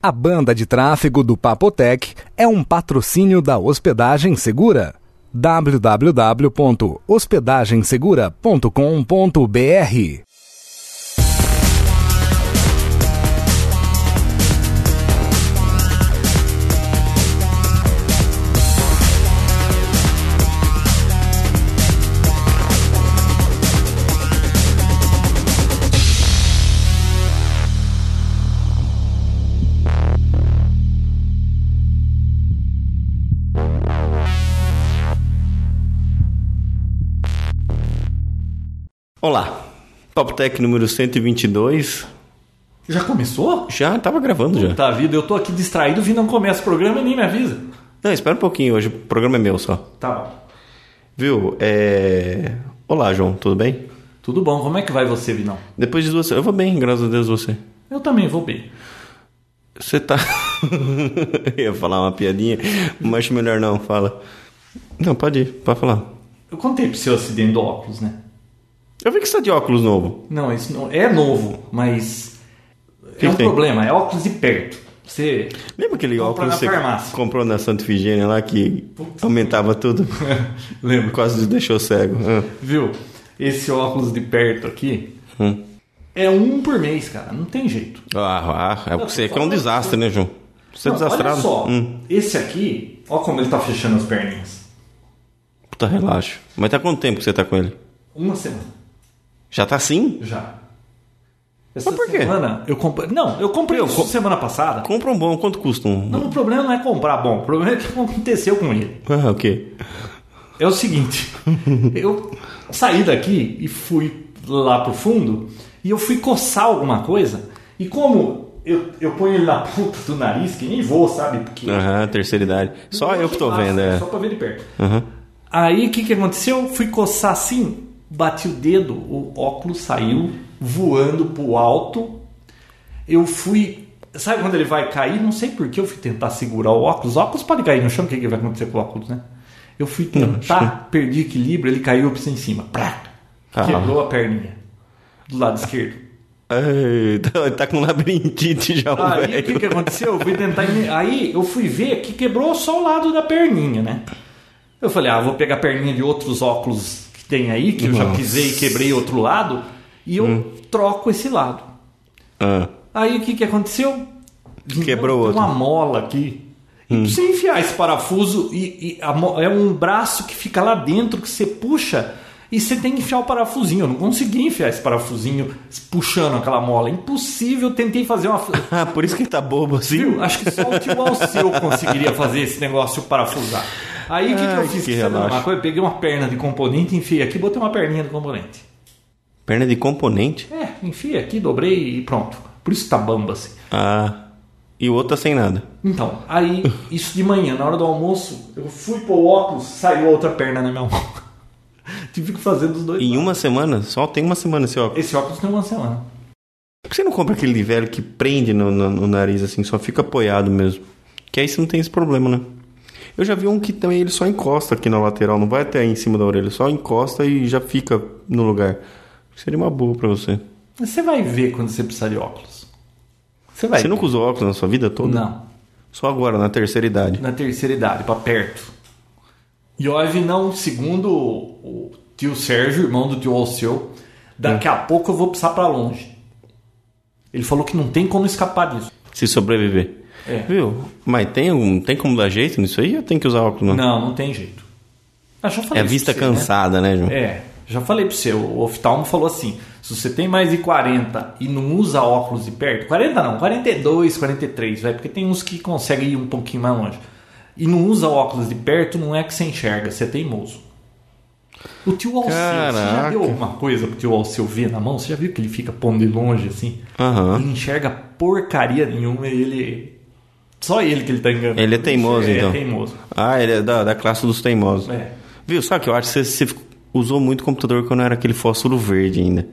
A banda de tráfego do Papotec é um patrocínio da Hospedagem Segura. www.hospedagensegura.com.br Olá, Papo Tech número 122. Já começou? Já tava gravando já. Puta vida, eu tô aqui distraído, vi não começa o programa e nem me avisa. Não, espera um pouquinho hoje, o programa é meu só. Tá bom. Viu? É... Olá, João, tudo bem? Tudo bom, como é que vai você, Vinão? Depois de duas semanas. Eu vou bem, graças a Deus você. Eu também vou bem. Você tá. Eu ia falar uma piadinha, mas acho melhor não, fala. Não, pode ir, pode falar. Eu contei pro seu acidente do óculos, né? Eu vi que você tá de óculos novo. Não, isso não é novo, mas Que é um que tem? problema, é óculos de perto. Você Lembra aquele Comprar óculos na que você farmácia. comprou na Santa Ifigênia lá que aumentava tudo? lembra, Quase te deixou cego. Ah, viu? Esse óculos de perto aqui hum. é um por mês, cara, não tem jeito. Ah, ah, é Não, você tô que é um falando- desastre, né, João? Você é Não, desastrado. Olha só, Hum. esse aqui, ó como ele tá fechando as perninhas. Puta, relaxa. Mas tá quanto tempo que você tá com ele? Uma semana. Já tá assim? Já. Essa por quê? semana eu comprei. Não, eu comprei isso semana passada. Compra um bom, quanto custa um? Não, o problema não é comprar bom, o problema é o que aconteceu com ele. Ah, ok. É o seguinte, eu saí daqui e fui lá pro fundo e eu fui coçar alguma coisa. E como eu, eu ponho ele na ponta do nariz, que nem vou, sabe? Porque Aham, terceira idade. Só eu que tô vendo, é. Ah, Uhum. Só pra ver de perto. Aham. Aí o que, que aconteceu? Fui coçar assim, bati o dedo, o óculos saiu voando pro alto. Eu fui. Sabe quando ele vai cair? Não sei por que eu fui tentar segurar o óculos. O óculos pode cair no chão, o que, que vai acontecer com o óculos, né? Eu fui Hum, tentar, perdi equilíbrio, ele caiu pra em cima. Prá! Ah. Quebrou a perninha do lado esquerdo. Ai, tá- tá com labirintite já, o Aí o que, velho. que aconteceu? Eu fui tentar. ime- Aí eu fui ver que quebrou só o lado da perninha, né? Eu falei, ah, vou pegar a perninha de outros óculos que tem aí, que eu já Nossa. Hum. pisei e quebrei outro lado, e eu troco esse lado. Ah, Aí o que, que aconteceu? Quebrou outro. Tem Hum. uma mola aqui. E pra você enfiar esse parafuso, e, e a mo- é um braço que fica lá dentro que você puxa e você tem que enfiar o parafusinho. Eu não consegui enfiar esse parafusinho puxando aquela mola. Impossível, tentei fazer uma. Ah, por isso que ele tá bobo assim. Viu? Acho que só o tio Alceu conseguiria fazer esse negócio parafusar. Aí o que, que Ai, eu fiz? que Sabe relaxo. uma coisa? Eu peguei uma perna de componente, enfiei aqui, botei uma perninha de componente. Perna de componente? É, enfiei aqui, dobrei e pronto. Por isso que tá bamba assim. Ah. E o outro tá sem nada. Então, aí, isso de manhã, na hora do almoço, eu fui pôr o óculos, saiu outra perna na minha mão. Tive que fazer dos dois. Em uma semana? Só tem uma semana esse óculos. Esse óculos tem uma semana. Por que você não compra aquele de velho que prende no, no- no nariz, assim, só fica apoiado mesmo? Que aí você não tem esse problema, né? Eu já vi um que também ele só encosta aqui na lateral, não vai até aí em cima da orelha, só encosta e já fica no lugar. Seria uma boa pra você. Mas Você vai ver quando você precisar de óculos. Você vai Você ver. nunca usou óculos na sua vida toda? Não. Só agora, na terceira idade. na terceira idade, pra perto. E óbvio, não, segundo o o tio Sérgio, irmão do tio Alceu, daqui a Hum. pouco eu vou precisar pra longe. Ele falou que não tem como escapar disso. Se sobreviver. É. Viu? Mas tem, algum, tem como dar jeito nisso aí ou tem que usar óculos? Não, não tem jeito. Ah, já falei É a isso vista pra você, né? cansada, né, João? É, já falei pra você, o oftalmo falou assim: se você tem mais de 40 e não usa óculos de perto, 40 não, 42, 43, vai, porque tem uns que conseguem ir um pouquinho mais longe. E não usa óculos de perto, não é que você enxerga, você é teimoso. O tio Alceu, você já Caraca. deu alguma coisa pro tio Alceu ver na mão? Você já viu que ele fica pondo de longe assim? Aham. Ele enxerga porcaria nenhuma e ele. Só ele que ele tá enganando. Ele é teimoso, Ele então. É teimoso. Ah, ele é da, da classe dos teimosos. É. Viu? Sabe o que eu acho que você, você ficou- usou muito computador quando era aquele fósforo verde ainda.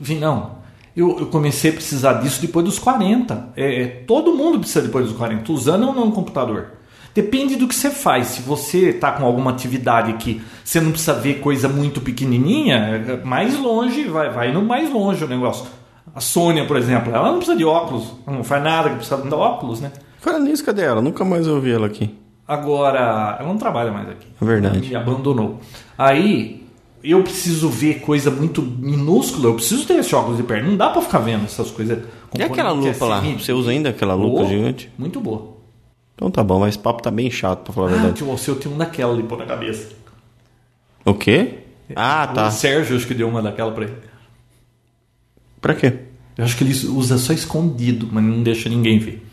Vi, não. Eu, eu comecei a precisar disso depois dos 40. É, é, todo mundo precisa depois dos 40, usando ou não um computador. Depende do que você faz. Se você está com alguma atividade que você é, não precisa ver coisa muito pequenininha, é, mais longe, vai, vai no mais longe o negócio. A Sônia, por exemplo, ela não precisa de óculos. Ela não faz nada que precisa de óculos, né? Falando nisso, cadê ela? Nunca mais ouvi ela aqui. Agora, ela não trabalha mais aqui. É verdade. Me abandonou. Aí, eu preciso ver coisa muito minúscula. Eu preciso ter esse óculos de perto. Não dá pra ficar vendo essas coisas. E aquela componente lupa que é lá? cilíndrica. Você usa ainda aquela lupa Boa, gigante? Muito boa. Então tá bom, mas esse papo tá bem chato, pra falar a Ah, verdade. tio Alceu tem um daquela ali pô na cabeça. O quê? Ah, tá. O Sérgio acho que deu uma daquela pra ele. Pra quê? Eu acho que ele usa só escondido, mas não deixa ninguém ver.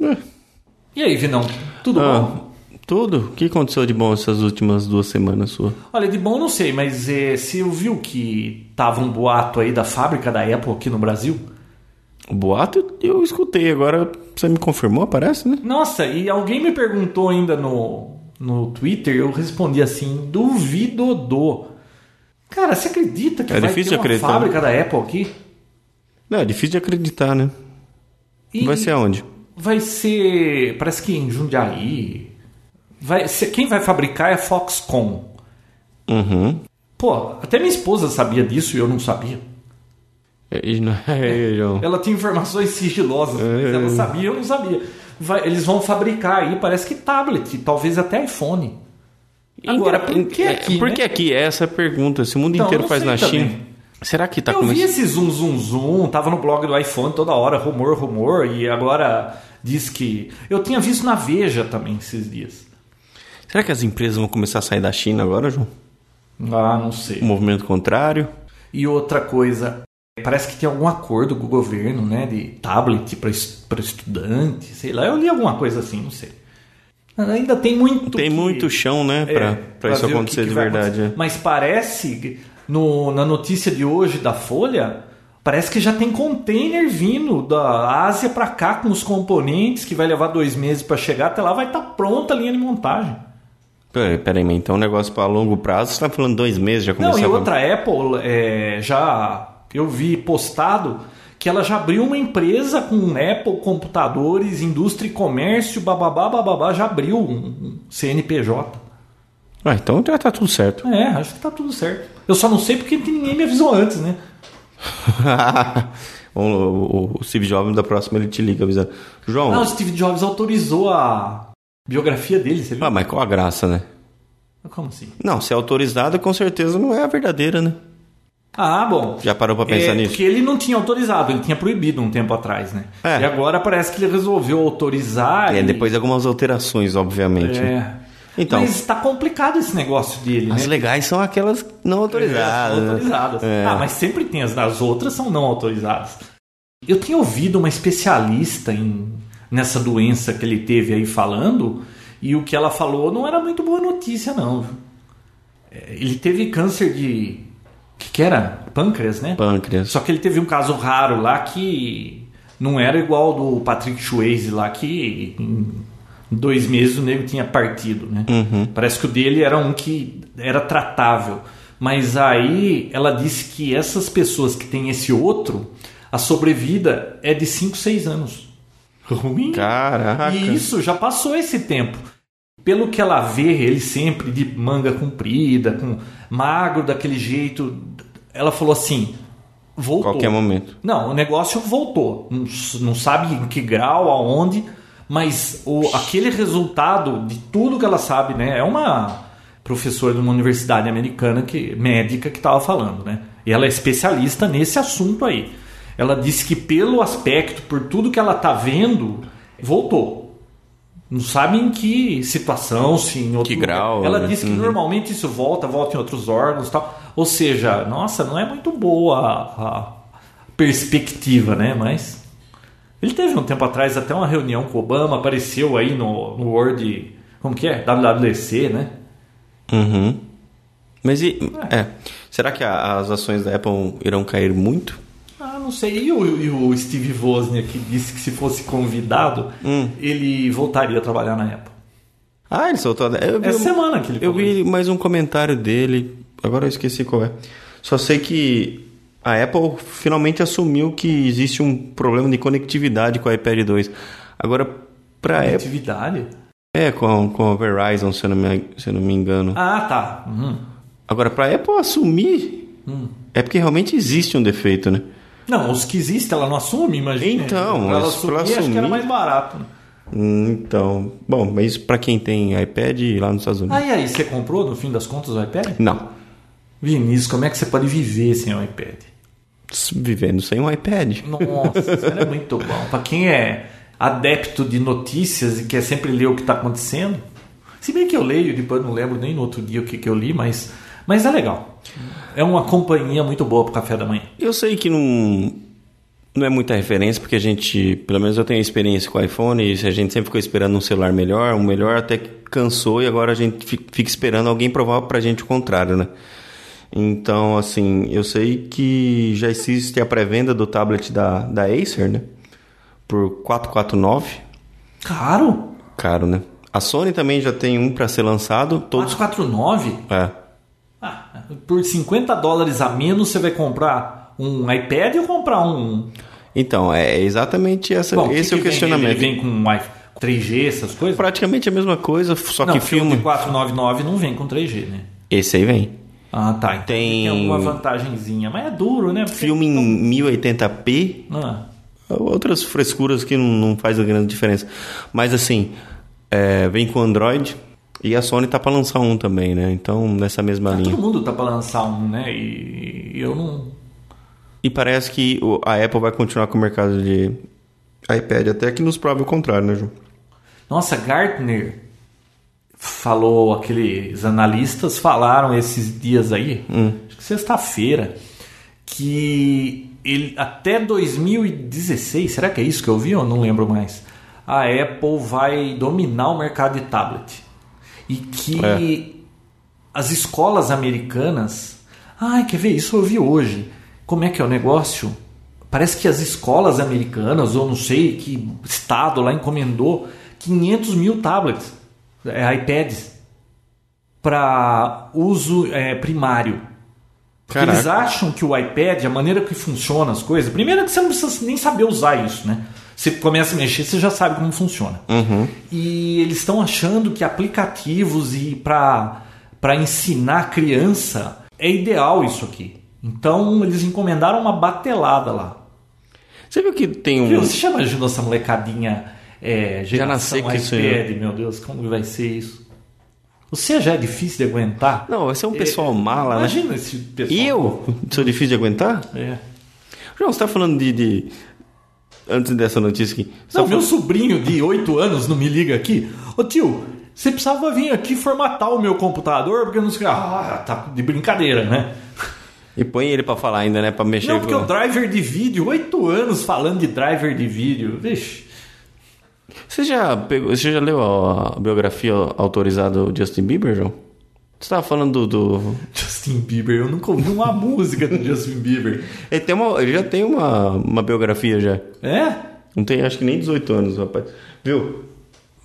É. E aí, Vinão? Tudo bom? Ah, tudo? O que aconteceu de bom essas últimas duas semanas sua? Olha, de bom eu não sei, mas eh, você viu que tava um boato aí da fábrica da Apple aqui no Brasil? O boato eu- eu escutei, agora você me confirmou, parece, né? Nossa, e alguém me perguntou ainda no, no Twitter, eu respondi assim, duvido do. Cara, você acredita que É vai difícil ter uma acreditar. fábrica da Apple aqui? Não, é difícil de acreditar, né? E Vai ser aonde? Vai ser, parece que em Jundiaí. Vai, ser- quem vai fabricar é a Foxconn. Uhum. Pô, até minha esposa sabia disso e eu não sabia. É, e não- é, João. Ela tinha informações sigilosas, mas É. ela sabia, eu não sabia. Vai- eles vão fabricar aí, parece que tablet, talvez até iPhone. Agora, por que aqui? Por né? que aqui? É essa a pergunta. Se o mundo Então, eu inteiro não faz sei na também. China. Será que tá eu vi começando. esse zoom, zoom, zoom, tava no blog do iPhone toda hora, rumor, rumor, e agora diz que. Eu tinha visto na Veja também esses dias. Será que as empresas vão começar a sair da China agora, João? Ah, não sei. O movimento contrário? E outra coisa, parece que tem algum acordo com o governo, né? De tablet para estudante, sei lá. Eu li alguma coisa assim, não sei. Ainda tem muito. Tem que- muito chão, né? Pra, É, pra isso ver o que acontecer que de vai verdade. é. acontecer. Mas parece, que no, na notícia de hoje da Folha, parece que já tem container vindo da Ásia pra cá com os componentes que vai levar dois meses pra chegar. Até lá vai estar pronta a linha de montagem. Peraí, peraí, mas então o negócio pra longo prazo, você tá falando dois meses já Não, começar e a- outra Apple é, já eu vi postado que ela já abriu uma empresa com Apple computadores, indústria e comércio, bababá, bababá, já abriu um um CNPJ. Ah, então já tá tudo certo. É, acho que tá tudo certo. Eu só não sei porque ninguém me avisou antes, né? o, o, o Steve Jobs da próxima ele te liga avisando. João, Ah, o Steve Jobs autorizou a biografia dele, você viu? ah, mas qual a graça, né? Como assim? Não, se é autorizada, com certeza não é a verdadeira, né? Ah, bom. Já parou pra pensar é, nisso? Porque ele não tinha autorizado, ele tinha proibido um tempo atrás, né? É. E agora parece que ele resolveu autorizar. É, e... depois de algumas alterações, obviamente. né? É. Então. Ah, Mas tá complicado esse negócio dele, As né? legais são aquelas não autorizadas. As né? autorizadas. É. Ah, mas sempre tem as, as outras são não autorizadas. Eu tinha ouvido uma especialista em, nessa doença que ele teve aí falando, e o que ela falou não era muito boa notícia, não. viu? É, Ele teve câncer de. O que, que era? Pâncreas, né? Pâncreas. Só que ele teve um caso raro lá que não era igual ao do Patrick Swayze lá que em dois meses o nego tinha partido, né? Parece que o dele era um que era tratável. Mas aí ela disse que essas pessoas que têm esse outro, a sobrevida é de 5, 6 anos. Ruim. Caraca. E isso já passou esse tempo. Pelo que ela vê, ele sempre de manga comprida, com magro daquele jeito. Ela falou assim: voltou. Qualquer momento. Não, o negócio voltou. Não, s- não sabe em que grau, aonde, mas o, aquele resultado de tudo que ela sabe, né? É uma professora de uma universidade americana que médica que estava falando, né? E ela é especialista nesse assunto aí. Ela disse que pelo aspecto, por tudo que ela tá vendo, voltou. Não sabe em que situação, se em outro Que grau, Ela né? disse que Uhum. normalmente isso volta, volta em outros órgãos, e tal. Ou seja, nossa, não é muito boa a, a perspectiva, né? Mas ele teve um tempo atrás até uma reunião com o Obama, apareceu aí no, no Word, como que é, WWDC, né? Uhum. Mas e. É. Será que a- as ações da Apple irão cair muito? Ah, não sei. E o, e o Steve Wozniak que disse que se fosse convidado, Hum. ele voltaria a trabalhar na Apple. Ah, ele soltou. a- Eu vi, Essa semana que ele eu falou vi mais um comentário dele. Agora eu esqueci qual é. Só sei que a Apple finalmente assumiu que existe um problema de conectividade com o iPad 2. Agora, pra Apple. Atividade? É, com, com a Verizon, se eu não me, se eu não me engano. Ah, tá. Uhum. Agora, pra Apple assumir é porque realmente existe um defeito, né? Não, os que existem ela não assume, imagina. Então, Pra ela mas pra assumir, acho que era assumir- mais barato. né? Hum, Então, bom, mas pra quem tem iPad lá nos Estados Unidos. Ah, e aí, você comprou no fim das contas o iPad? Não. Vinícius, como é que você pode viver sem o iPad? Vivendo sem um iPad. Nossa, isso era muito bom. Pra quem é adepto de notícias e quer sempre ler o que tá acontecendo, se bem que eu leio, depois eu não lembro nem no outro dia o que, que eu li, mas, mas é legal. É uma companhia muito boa pro café da manhã. Eu sei que não, não é muita referência, porque a gente, pelo menos eu tenho experiência com o iPhone, e a gente sempre ficou esperando um celular melhor, um melhor até que cansou e agora a gente fi- fica esperando alguém provar pra gente o contrário, né? Então, assim, eu sei que já existe a pré-venda do tablet da, da Acer, né? Por 449, Caro? caro, né? A Sony também já tem um pra ser lançado, todos... 449? É, Ah, por 50 dólares a menos você vai comprar um iPad ou comprar um. Então, é exatamente essa, Bom, esse que é o que vem questionamento. Ele vem com um i- 3G, essas coisas? Praticamente a mesma coisa, só não, que filme filme. 499 não vem com 3G, né? Esse aí vem. Ah, tá. Então Tem- tem alguma vantagenzinha, mas é duro, né? Porque- Filme em 1080p, Ah, outras frescuras que não, não faz a grande diferença. Mas assim, é, vem com Android e a Sony tá pra lançar um também, né? Então, nessa mesma linha. todo mundo tá pra lançar um, né? E eu não. E parece que o- a Apple vai continuar com o mercado de iPad até que nos prove o contrário, né, Ju? Nossa, Gartner falou, aqueles analistas falaram esses dias aí, acho que sexta-feira, que ele, até 2016, será que é isso que eu vi ou não lembro mais? A Apple vai dominar o mercado de tablet. E que as escolas americanas. Ai, quer ver? Isso eu vi hoje. Como é que é o negócio? Parece que as escolas americanas, ou não sei que estado lá encomendou 500 mil tablets, é, iPads, para uso é, primário. Porque Caraca. Eles acham que o iPad, a maneira que funciona as coisas, primeiro é que você não precisa nem saber usar isso, né? Você começa a mexer, você já sabe como funciona. Uhum. E eles estão achando que aplicativos e para ensinar a criança é ideal isso aqui. Então eles encomendaram uma batelada lá. Você viu que tem um. Viu? Você já imaginou essa molecadinha é, Já geração nasceu com isso aí, iPad, meu Deus, como vai ser isso? Você já é difícil de aguentar? Não, vai ser um pessoal mala, né? É, Imagina esse pessoal. E eu? Sou difícil de aguentar? É. João, você tá falando de. de- Antes dessa notícia aqui. Você Não, tá meu sobrinho de 8 anos não me liga aqui. Ô tio, você precisava vir aqui formatar o meu computador, porque eu não sei. o que. Ah, tá de brincadeira, né? E põe ele pra falar ainda, né? Pra mexer Não, porque com... o driver de vídeo, 8 anos falando de driver de vídeo. Vixe. Você já pegou, você já leu a biografia autorizada do Justin Bieber, João? Você tava falando do, do- Justin Bieber, eu nunca ouvi uma música do Justin Bieber. Ele tem uma, ele já tem uma, uma biografia já. É? Não tem, acho que nem 18 anos, rapaz. Viu?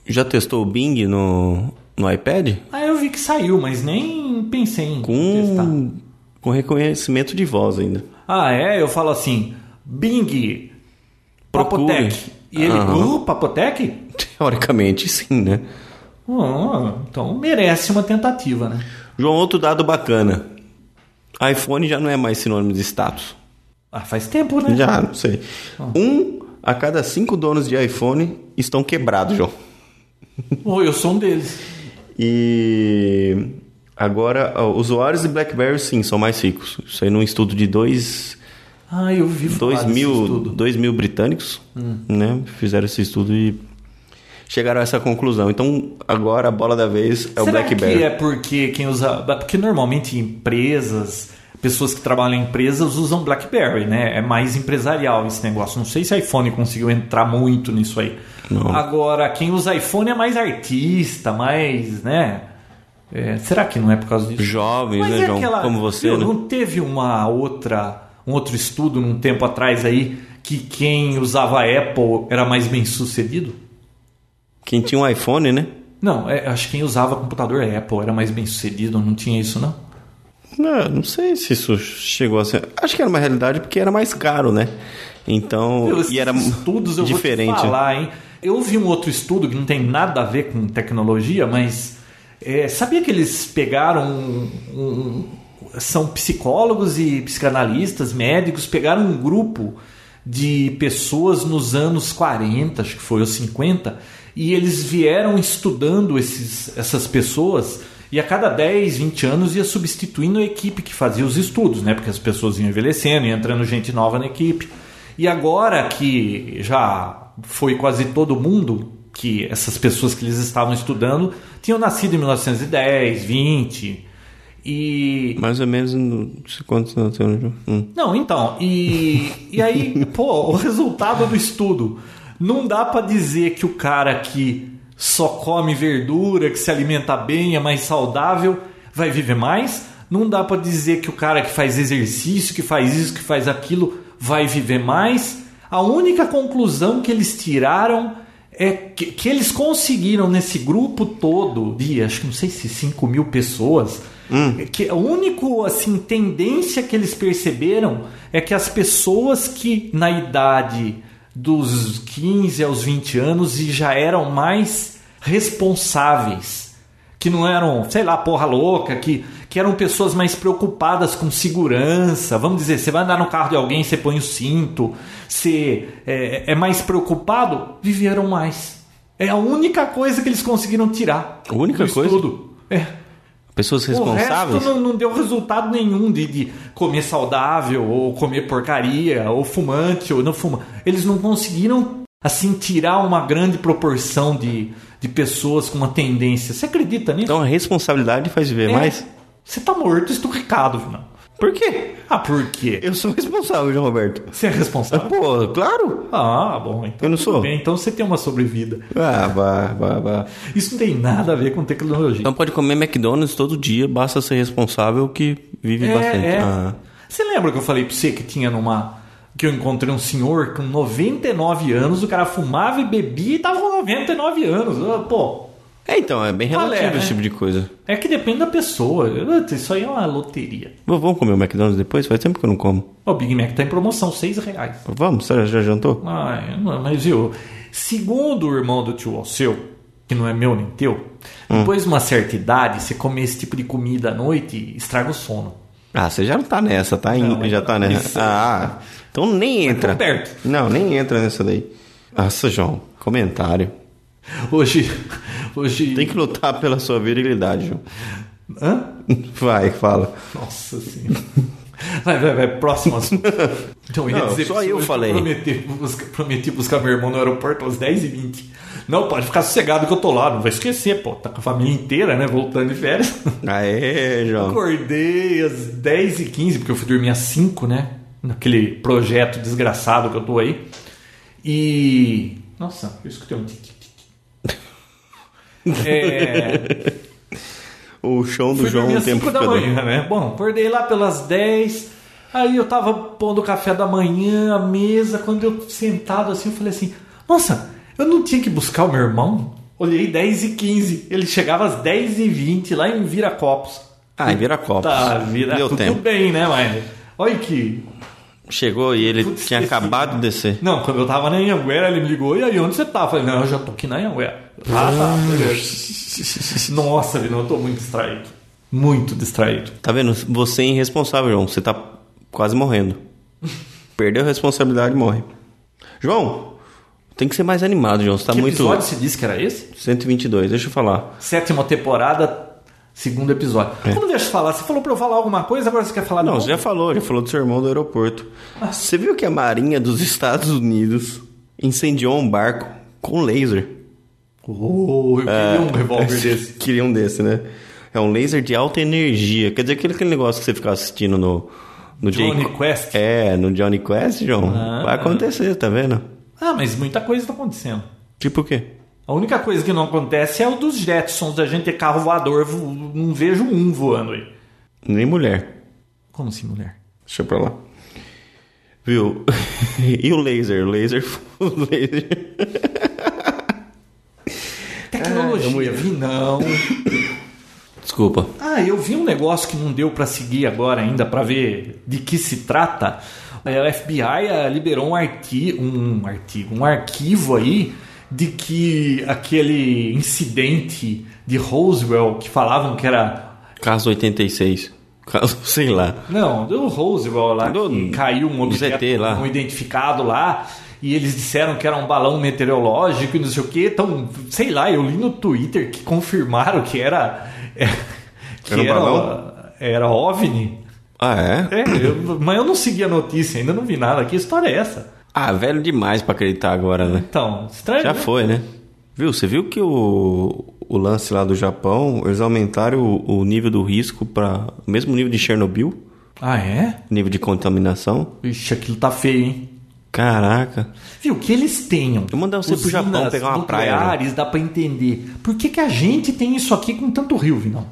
Já testou o Bing no no iPad? Ah, eu vi que saiu, mas nem pensei em testar. Com com reconhecimento de voz ainda. Ah, é? Eu falo assim, Bing, Procure. Papotec. E ele, Aham. uh, Papotec? Teoricamente, sim, né? Ah, então merece uma tentativa, né? João, outro dado bacana. iPhone já não é mais sinônimo de status. Ah, faz tempo, né? Já, não sei. Um a cada cinco donos de iPhone estão quebrados, João. Pô, eu sou um deles. E agora, ó, usuários de BlackBerry sim são mais ricos. Isso aí num estudo de dois, Ah, eu vi falar dois, desse mil, estudo. Hum. dois mil britânicos, né? Fizeram esse estudo e chegaram a essa conclusão. Então, agora a bola da vez é o Será BlackBerry. que é porque quem usa... Porque normalmente empresas, pessoas que trabalham em empresas usam BlackBerry, né? É mais empresarial esse negócio. Não sei se iPhone conseguiu entrar muito nisso aí. Agora, quem usa iPhone é mais artista, mais, né? É, será que não é por causa disso? Jovens, Mas né, é João? aquela- Como você, viu, né? Não teve uma outra, um outro estudo num tempo atrás aí que quem usava Apple era mais bem sucedido? Quem tinha um iPhone, né? Não, é, acho que quem usava computador é Apple era mais bem sucedido, não tinha isso não. Ah, Não, não sei se isso chegou a ser. Acho que era uma realidade porque era mais caro, né? Então. Meu, esses e era estudos eu diferente. vou te falar, hein? Eu vi um outro estudo que não tem nada a ver com tecnologia, mas é, sabia que eles pegaram um, um- são psicólogos e psicanalistas, médicos, pegaram um grupo de pessoas nos anos 40, acho que foi, ou 50, e eles vieram estudando esses, essas pessoas e a cada 10, 20 anos ia substituindo a equipe que fazia os estudos, né? Porque as pessoas iam envelhecendo, ia entrando gente nova na equipe. E agora que já foi quase todo mundo que essas pessoas que eles estavam estudando tinham nascido em 1910, 20 e Mais ou menos no quantos anos tem no hum. não, então, e, e aí, pô, o resultado do estudo. Não dá pra dizer que o cara que só come verdura, que se alimenta bem, é mais saudável, vai viver mais. Não dá pra dizer que o cara que faz exercício, que faz isso, que faz aquilo, vai viver mais. A única conclusão que eles tiraram é que, que eles conseguiram nesse grupo todo de, acho que não sei se 5 mil pessoas, é que a única assim, tendência que eles perceberam é que as pessoas que na idade dos 15 aos 20 anos e já eram mais responsáveis, que não eram, sei lá, porra louca, que, que eram pessoas mais preocupadas com segurança. Vamos dizer, você vai andar no carro de alguém, você põe o cinto, você é, é mais preocupado, viveram mais. É a única coisa que eles conseguiram tirar. A única do coisa? estudo. É. Pessoas O responsáveis? resto não, não deu resultado nenhum de, de comer saudável, ou comer porcaria, ou fumante, ou não fuma. Eles não conseguiram, assim, tirar uma grande proporção de, de pessoas com uma tendência. Você acredita nisso? Então a responsabilidade faz viver É. mais? Você tá morto, esturricado, final. Por quê? Ah, por quê? Eu sou responsável, João Roberto. Você é Tá. responsável? Pô, claro. Ah, bom, então. Eu não tudo sou. Bem, então você tem uma sobrevida. Ah, bah, bah, bah. Isso não tem nada a ver com tecnologia. Então pode comer McDonald's todo dia, basta ser responsável que vive É, bastante. é. Ah. Você lembra que eu falei pra você que tinha numa. Que eu encontrei um senhor com 99 anos, o cara fumava e bebia e tava com 99 anos. Ah, Pô, É, então, é bem Qual é, relativo né? esse tipo de coisa. é que depende da pessoa. Puta, Isso aí é uma loteria. Vô, Vamos comer o McDonald's depois? Faz tempo que eu não como. Ó, O Big Mac tá em promoção, 6 reais. Vamos, você já jantou? Ah, eu não- mas viu, segundo o irmão do tio Alceu, que não é meu nem teu, Hum. depois de uma certa idade, você comer esse tipo de comida à noite estraga o sono. Ah, você já não tá nessa, tá? Em- Não, já tá nessa. isso- Ah, então nem entra. tô perto. Não, nem entra nessa daí. Nossa, João, comentário. Hoje. Hoje. Tem que lutar pela sua virilidade, João. Hã? Vai, fala. Nossa senhora. Vai, vai, vai, próximo assunto. Então, eu ia Não, dizer só pra você eu hoje que falei. Prometi buscar, prometi buscar meu irmão no aeroporto às 10h20. Não, pode ficar sossegado que eu tô lá, não vai esquecer, pô. Tá com a família inteira, né? Voltando de férias. Aê, João. Acordei às 10h15, porque eu fui dormir às 5, né? Naquele projeto desgraçado que eu tô aí. E. Nossa, eu escutei um tique, tique. É, O chão do Fui João dormir um às tempo 5 da fica doido. manhã, né? Bom, acordei lá pelas 10. Aí eu tava pondo o café da manhã, a mesa. Quando eu sentado assim, eu falei assim: Nossa, eu não tinha que buscar o meu irmão? Olhei 10 e 15. Ele chegava às 10 e 20 lá em Viracopos. Ah, e vira copos. Tá, vira. Deu tudo tempo. bem, né, Maine? Olha que. Chegou e ele Putz, tinha esqueci. acabado de descer. Não, quando eu tava na Anhanguera, ele me ligou: E aí, onde você tá? Eu falei: Não, eu já tô aqui na Anhanguera. Ah, tá. beleza. Nossa, Vino, eu tô muito distraído. Muito distraído. Tá vendo? Você é irresponsável, João. Você tá quase morrendo. Perdeu a responsabilidade e morre. João, tem que ser mais animado, João. Você tá que muito. episódio se disse que era esse? 122, deixa eu falar. Sétima temporada, segundo episódio. Como deixa eu falar? Você falou pra eu falar alguma coisa, agora você quer falar É. Não, do você já falou, já falou do seu irmão do aeroporto. Ah. Você viu que a Marinha dos Estados Unidos incendiou um barco com laser? Oh, eu É. queria um revólver desse. Queria um desse, né? É um laser de alta energia. Quer dizer, aquele, aquele negócio que você fica assistindo no. no Johnny Jay- Quest. É, no Johnny Quest, João. Ah. Vai acontecer, tá vendo? Ah, mas muita coisa tá acontecendo. Tipo o quê? A única coisa que não acontece é o dos Jetsons, da gente ter carro voador. vo- Não vejo um voando aí. Nem mulher. Como assim, mulher? Deixa pra lá. Viu? e o laser? O laser. O laser. Tecnologia, vi É, não. Desculpa. Ah, eu vi um negócio que não deu pra seguir agora ainda pra ver de que se trata. É, A FBI ah, liberou um artigo, um artigo, um arquivo aí de que aquele incidente de Roswell que falavam que era Caso 86. Caso, sei lá. Não, do Roosevelt lá, Do- que caiu um do ZT objeto lá. não identificado lá, e eles disseram que era um balão meteorológico e não sei o que. Então, sei lá, eu li no Twitter que confirmaram que era. é, que Era um era, balão? era OVNI. Ah, é? É, eu- mas eu não segui a notícia, ainda não vi nada. Que história é essa? Ah, velho demais pra acreditar agora, né? Então, estranho. Já né? foi, né? Viu? Você viu que o, o lance lá do Japão, eles aumentaram o, o nível do risco para o mesmo nível de Chernobyl, Ah, é? nível de contaminação? Ixi, aquilo tá feio, hein? Caraca. Viu, que eles tenham. Eu mandava você pro usinas Japão pegar uma praia, né? nucleares, dá pra entender. Por que, que a gente tem isso aqui com tanto rio, Vinão?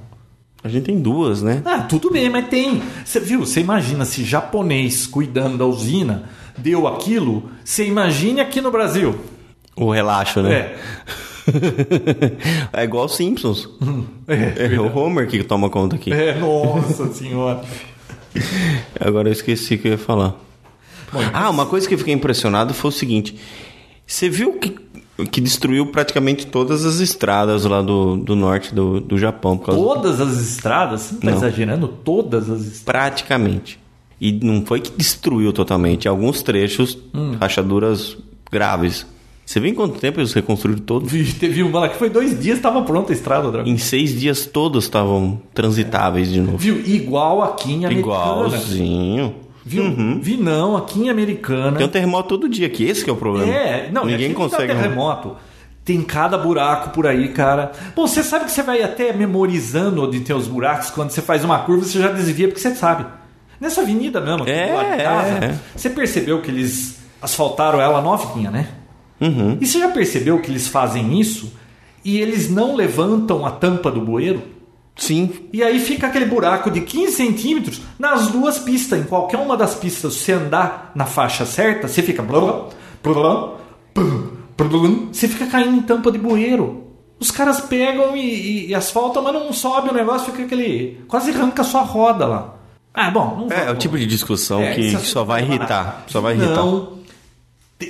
A gente tem duas, né? Ah, tudo bem, mas tem. Você viu? Você imagina se japonês cuidando da usina deu aquilo? Você imagine aqui no Brasil. O relaxo, né? É. É, igual os Simpsons. É, É o Homer que toma conta aqui. é, nossa senhora. Agora eu esqueci o que eu ia falar. Bom, Ah, uma coisa que eu fiquei impressionado foi o seguinte: você viu que, que destruiu praticamente todas as estradas lá do, do norte do, do Japão? Por causa Todas as estradas, você não tá Não. exagerando? Todas as estradas. Praticamente. E não foi que destruiu totalmente. Alguns trechos, Hum. rachaduras graves. Você viu em quanto tempo eles reconstruíram todos? Vi- Teve uma lá que foi dois dias, estava pronta a estrada, Drago. Em seis dias todos estavam transitáveis de novo. Viu? Igual aqui em Americana. Igualzinho. Uhum. Viu? Vi não, aqui em Americana. Tem um terremoto todo dia, que esse que é o problema. É, não, Ninguém consegue. Tá terremoto. Tem cada buraco por aí, cara. Bom, você sabe que você vai até memorizando onde tem os buracos. Quando você faz uma curva, você já desvia porque você sabe. Nessa avenida mesmo, aqui É, do lado de casa, é. você percebeu que eles asfaltaram ela novinha, né? Uhum. E você já percebeu que eles fazem isso e eles não levantam a tampa do bueiro? Sim. E aí fica aquele buraco de 15 centímetros nas duas pistas. Em qualquer uma das pistas, se você andar na faixa certa, você fica. blá, blá, blá, blá, blá, blá, blá, Você fica caindo em tampa de bueiro. Os caras pegam e, e- e asfaltam, mas não sobe o negócio, fica aquele. Quase arranca a sua roda lá. Ah, bom, não É, é o vamos- tipo de discussão é, que, esse que assunto só vai não irritar. nada. Só vai irritar. Não.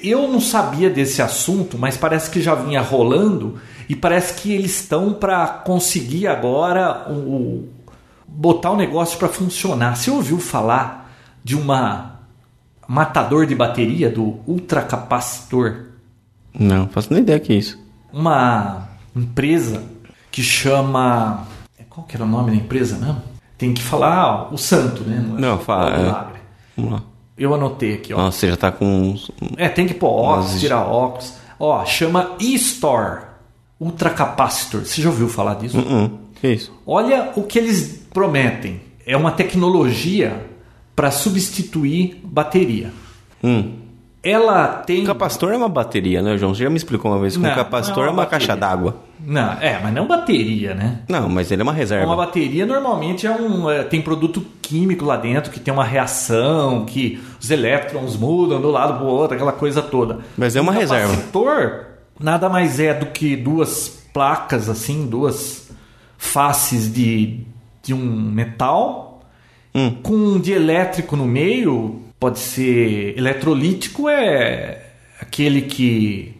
Eu não sabia desse assunto, mas parece que já vinha rolando e parece que eles estão para conseguir agora o, o- botar o negócio para funcionar. Você ouviu falar de uma matador de bateria do ultracapacitor? Não, faço nem ideia que é isso. uma empresa que chama. é, Qual que era o nome da empresa mesmo? Tem que falar ó, o santo, né? é Não, fala, o é. milagre. Vamos lá. Eu anotei aqui, ó. Nossa, você já tá com uns- É, tem que pôr óculos, Mas- tirar óculos. Ó, chama E-Store Ultracapacitor. Você já ouviu falar disso? Hum, que isso? Olha o que eles prometem. É uma tecnologia para substituir bateria. Hum. Ela tem. Um capacitor é uma bateria, né, João? Você já me explicou uma vez que Não, um capacitor não é é uma uma, bateria. caixa d'água. Não, é, mas não bateria, né? Não, mas ele é uma reserva. Uma bateria normalmente é um, é, tem produto químico lá dentro que tem uma reação, que os elétrons mudam de um lado para o outro, aquela coisa toda. Mas é uma um reserva. capacitor nada mais é do que duas placas, assim, duas faces de, de um metal Hum. com um dielétrico no meio, pode ser eletrolítico, é aquele que.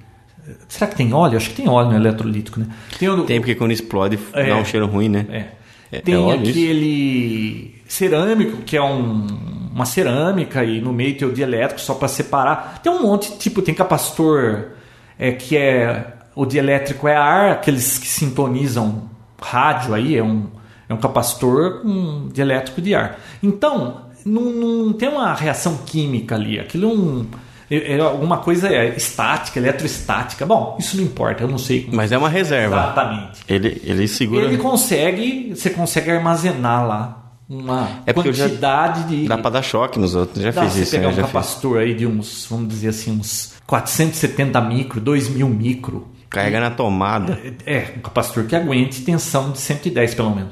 Será que tem óleo? Acho que tem óleo no eletrolítico, né? Tem, o- Tem porque quando explode É. dá um cheiro ruim, né? é. É- Tem é óleo isso? aquele cerâmico, que é um- uma cerâmica e no meio tem o dielétrico só para separar. Tem um monte, tipo, tem capacitor é, que é. O dielétrico é ar, aqueles que sintonizam rádio aí, é um, é um capacitor com dielétrico de ar. Então, não, não tem uma reação química ali, aquilo é um. É é alguma coisa é, estática, eletroestática. Bom, isso não importa, eu não sei como Mas é uma reserva. exatamente. Ele, ele segura. Ele consegue, você consegue armazenar lá uma É porque eu já- quantidade de. Dá pra dar choque nos outros. Já Dá fiz você isso, pegar né? um já fiz. capacitor aí de uns, vamos dizer assim, uns 470 micro, 2000 micro. Carrega na tomada. É, um capacitor que aguente tensão de 110 pelo menos.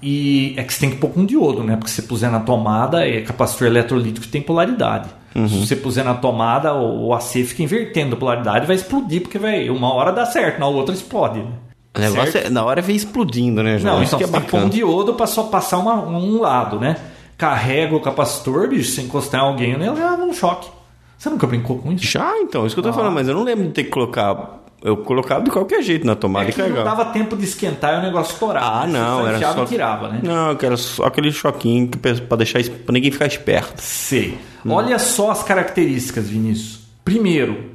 E é que você tem que pôr com diodo, né? Porque se você puser na tomada, é capacitor eletrolítico que tem polaridade. Uhum. Se você puser na tomada, o, o AC fica invertendo a polaridade, vai explodir, porque vai uma hora dá certo, na outra explode. né? O negócio Certo? é, na hora vem explodindo, né, João? Não, isso então que é você tem que pôr um bacana. diodo para só passar uma- um lado, né? Carrega o capacitor, bicho, se encostar em alguém, né? leva um choque. Você nunca brincou com isso? Já, então, isso que eu tô falando, mas eu não lembro de ter que colocar Eu colocava de qualquer jeito na tomada É e que não carregava. dava tempo de esquentar e o negócio estourava. Ah, né? Você não, era franqueava só. e tirava, né? Não, que era só aquele choquinho que pe- pra deixar es- pra ninguém ficar esperto. Sei. Olha só as características, Vinícius. Primeiro,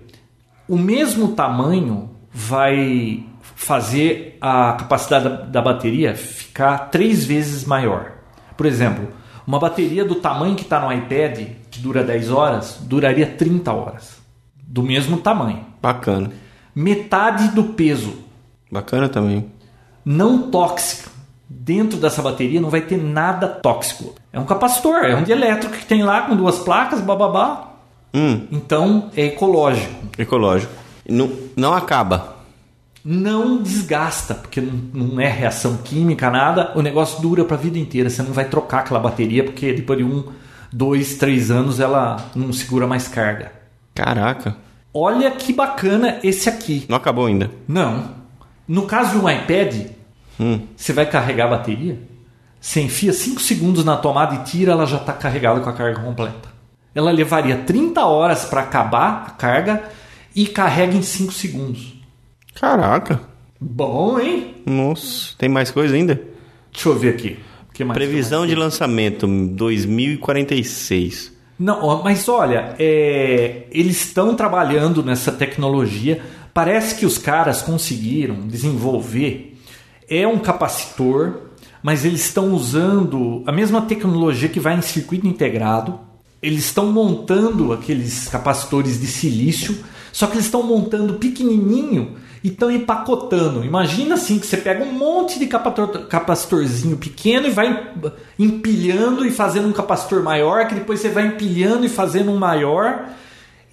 o mesmo tamanho vai fazer a capacidade da, da bateria ficar três vezes maior. Por exemplo, uma bateria do tamanho que está no iPad, que dura 10 horas, duraria 30 horas. Do mesmo tamanho. Bacana. Metade do peso Bacana também. não tóxica. Dentro dessa bateria não vai ter nada tóxico. É um capacitor, é um dielétrico que tem lá com duas placas, bababá. Hum, Então é ecológico. ecológico. E Não, não acaba. Não desgasta, porque não, não é reação química, nada. O negócio dura para a vida inteira. Você não vai trocar aquela bateria, porque depois de um, dois, três anos ela não segura mais carga. Caraca. Olha que bacana esse aqui. Não acabou ainda. Não. No caso de um iPad, Hum. Você vai carregar a bateria? Você enfia 5 segundos na tomada e tira, ela já está carregada com a carga completa. Ela levaria 30 horas para acabar a carga e carrega em 5 segundos. Caraca. Bom, hein? Nossa, tem mais coisa ainda? Deixa eu ver aqui. O que mais? Previsão de lançamento 2046. Não, ó, mas olha, é, eles estão trabalhando nessa tecnologia. Parece que os caras conseguiram desenvolver. É um capacitor, mas eles estão usando a mesma tecnologia que vai em circuito integrado. Eles estão montando aqueles capacitores de silício, só que eles estão montando pequenininho e estão empacotando. Imagina assim que você pega um monte de capator- capacitorzinho pequeno e vai empilhando e fazendo um capacitor maior, que depois você vai empilhando e fazendo um maior.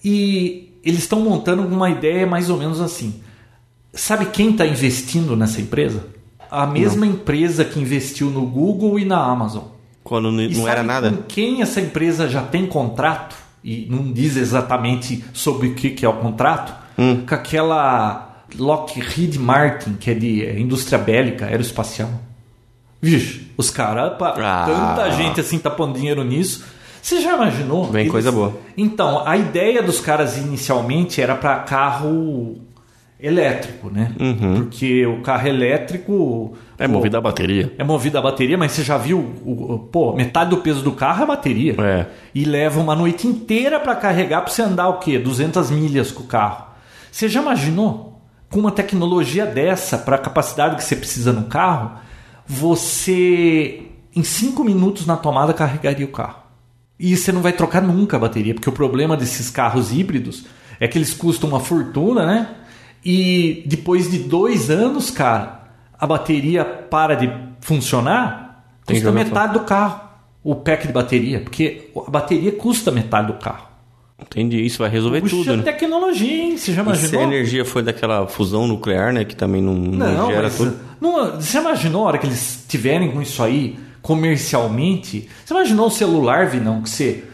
E eles estão montando uma ideia mais ou menos assim. Sabe quem está investindo nessa empresa? A mesma empresa que investiu no Google e na Amazon. Quando n- E não era sabe Com nada? quem essa empresa já tem contrato e não diz exatamente sobre o que, que é o contrato? Hum. Com aquela Lockheed Martin, que é de é, indústria bélica, aeroespacial. Vixe, os caras, Ah. tanta gente assim tá pondo dinheiro nisso. Você já imaginou? Vem coisa boa. Então, a ideia dos caras inicialmente era para carro elétrico, né? Porque o carro elétrico Uhum. É movido a bateria. é movido a bateria, mas você já viu, o- o- pô, metade do peso do carro é a bateria. É. E leva uma noite inteira para carregar para você andar o quê? 200 milhas com o carro. Você já imaginou com uma tecnologia dessa para a capacidade que você precisa no carro, você em 5 minutos na tomada carregaria o carro. E você não vai trocar nunca a bateria, porque o problema desses carros híbridos é que eles custam uma fortuna, né? E depois de dois anos, cara, a bateria para de funcionar, Tem que custa jogar metade do carro. O pack de bateria, porque a bateria custa metade do carro. Entendi. Isso vai resolver Puxa é tudo, né? tecnologia, hein? Você já E se a imaginou? é energia foi daquela fusão nuclear, né? Que também não, não Não, gera mas, tudo. não, você imaginou a hora que eles tiverem com isso aí comercialmente? Você imaginou o celular, Vinão, que você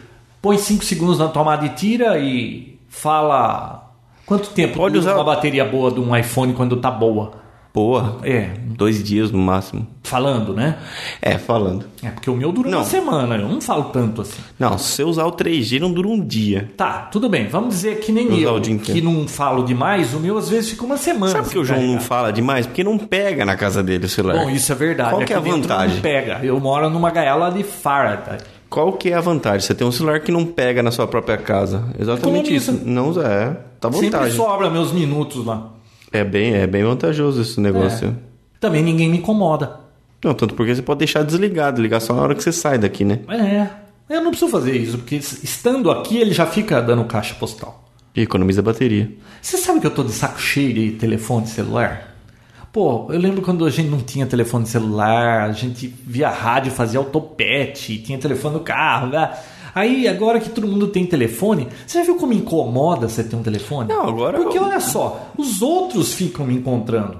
põe 5 segundos na tomada e tira e fala quanto tempo Pode dura usar- uma bateria boa de um iPhone quando tá boa? Boa. É, Dois dias no máximo. falando, né? É, falando. É porque o meu dura Não. uma semana, eu não falo tanto assim. Não, se eu usar o 3G, não dura um dia. Tá, tudo bem, vamos dizer que nem Usar o eu, dia que inteiro. não falo demais, o meu às vezes fica uma semana. Sabe por que o João não fala demais? Porque não pega na casa dele o celular. Bom, isso é verdade. Qual que é a Aqui dentro vantagem? Não pega. Eu moro numa gaiola de tá? Faraday. Qual que é a vantagem? Você tem um celular que não pega na sua própria casa. Exatamente Economiza. isso. Não usa, é. Tá Sempre vantagem. sobra meus minutos lá. É bem, é bem vantajoso esse negócio. É. Também ninguém me incomoda. Não, tanto porque você pode deixar desligado, ligar só na hora que você sai daqui, né? É. Eu não preciso fazer isso, porque estando aqui ele já fica dando caixa postal. E economiza bateria. Você sabe que eu tô de saco cheio de telefone celular? Pô, eu lembro quando a gente não tinha telefone celular, a gente via rádio, fazia autopete, tinha telefone no carro, né? Aí agora que todo mundo tem telefone, você já viu como incomoda você ter um telefone? Não, agora Porque eu- olha só, os outros ficam me encontrando.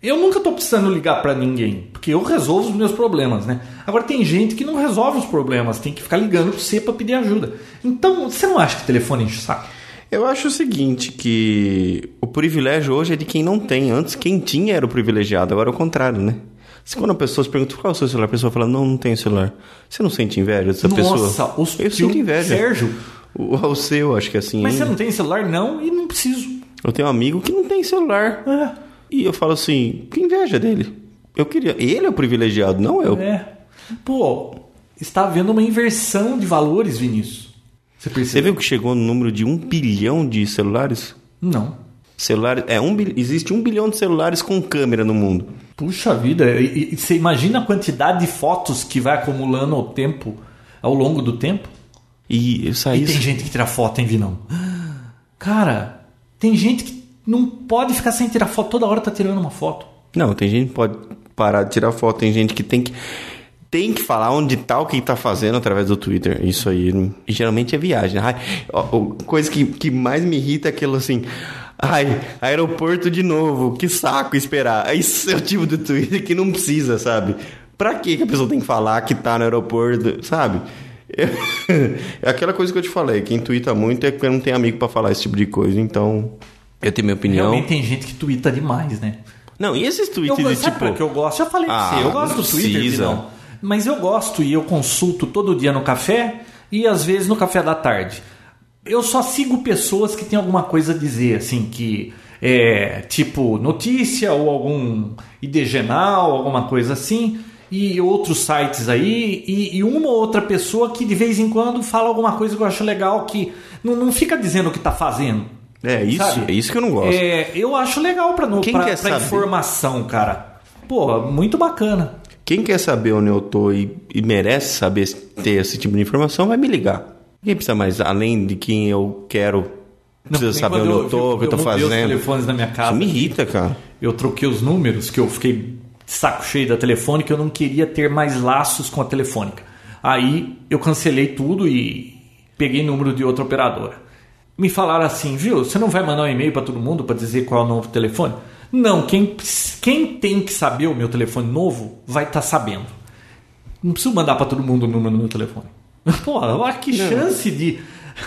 Eu nunca tô precisando ligar pra ninguém, porque eu resolvo os meus problemas, né? Agora tem gente que não resolve os problemas, tem que ficar ligando pra você pra pedir ajuda. Então, você não acha que telefone enche o saco? Eu acho o seguinte, que o privilégio hoje é de quem não tem. Antes, quem tinha era o privilegiado, agora é o contrário, né? Se quando a pessoa se pergunta qual é o seu celular, a pessoa fala, não, não tenho celular. Você não sente inveja dessa pessoa? Nossa, os Eu tio sinto inveja. Sérgio, O, o seu, acho que é assim. Mas você ainda. não tem celular? Não, e não preciso. Eu tenho um amigo que não tem celular. É. E eu falo assim, que inveja dele. Eu queria. Ele é o privilegiado, não eu. É. Pô, está havendo uma inversão de valores, Vinícius. Você Você percebeu? viu que chegou no número de um bilhão de celulares? Não. Celulares. É, um, bil- existe um bilhão de celulares com câmera no mundo. Puxa vida, e, e- você imagina a quantidade de fotos que vai acumulando ao tempo, ao longo do tempo? E É assim, isso aí. E tem gente que tira foto, hein, Vinão? Cara, tem gente que não pode ficar sem tirar foto, toda hora tá tirando uma foto. Não, tem gente que pode parar de tirar foto, tem gente que tem que. Tem que falar onde tá o que tá fazendo através do Twitter. Isso aí. não- E geralmente é viagem. Ai, ó, ó, coisa que, que mais me irrita é aquilo assim. Ai, aeroporto de novo. Que saco esperar. Isso é o tipo do Twitter que não precisa, sabe? Pra que que a pessoa tem que falar que tá no aeroporto, sabe? É aquela coisa que eu te falei. Quem twitta muito é porque não tem amigo pra falar esse tipo de coisa. Então, eu tenho minha opinião. Realmente tem gente que twita demais, né? Não, e esses tweets Eu, de gosto- sabe tipo. pra que eu gosto? Já falei Ah, pra você, eu gosto não do Twitter, precisa. Vinão. Mas eu gosto e eu consulto todo dia no café e às vezes no café da tarde. Eu só sigo pessoas que têm alguma coisa a dizer, assim, que é tipo notícia ou algum idegenal, alguma coisa assim, e outros sites aí, e, e uma ou outra pessoa que de vez em quando fala alguma coisa que eu acho legal, que não, não fica dizendo o que tá fazendo. É isso, Sabe? é isso que eu não gosto. É, eu acho legal pra, no, Quem pra, quer pra saber? informação, cara. Pô, muito bacana. Quem quer saber onde eu tô e, e merece saber ter esse tipo de informação, vai me ligar. Ninguém precisa mais, além de quem eu quero, Não, precisa nem saber quando onde eu tô, o que eu tô mudei os fazendo. telefones na minha Isso casa. me irrita, cara. Eu troquei os números, que eu fiquei de saco cheio da telefônica, eu não queria ter mais laços com a telefônica. Aí eu cancelei tudo e peguei número de outra operadora. Me falaram assim, viu? Você não vai mandar um e-mail para todo mundo para dizer qual é o novo telefone? Não, quem, quem tem que saber o meu telefone novo vai estar sabendo. Não preciso mandar para todo mundo o número do meu telefone. Pô, olha que chance de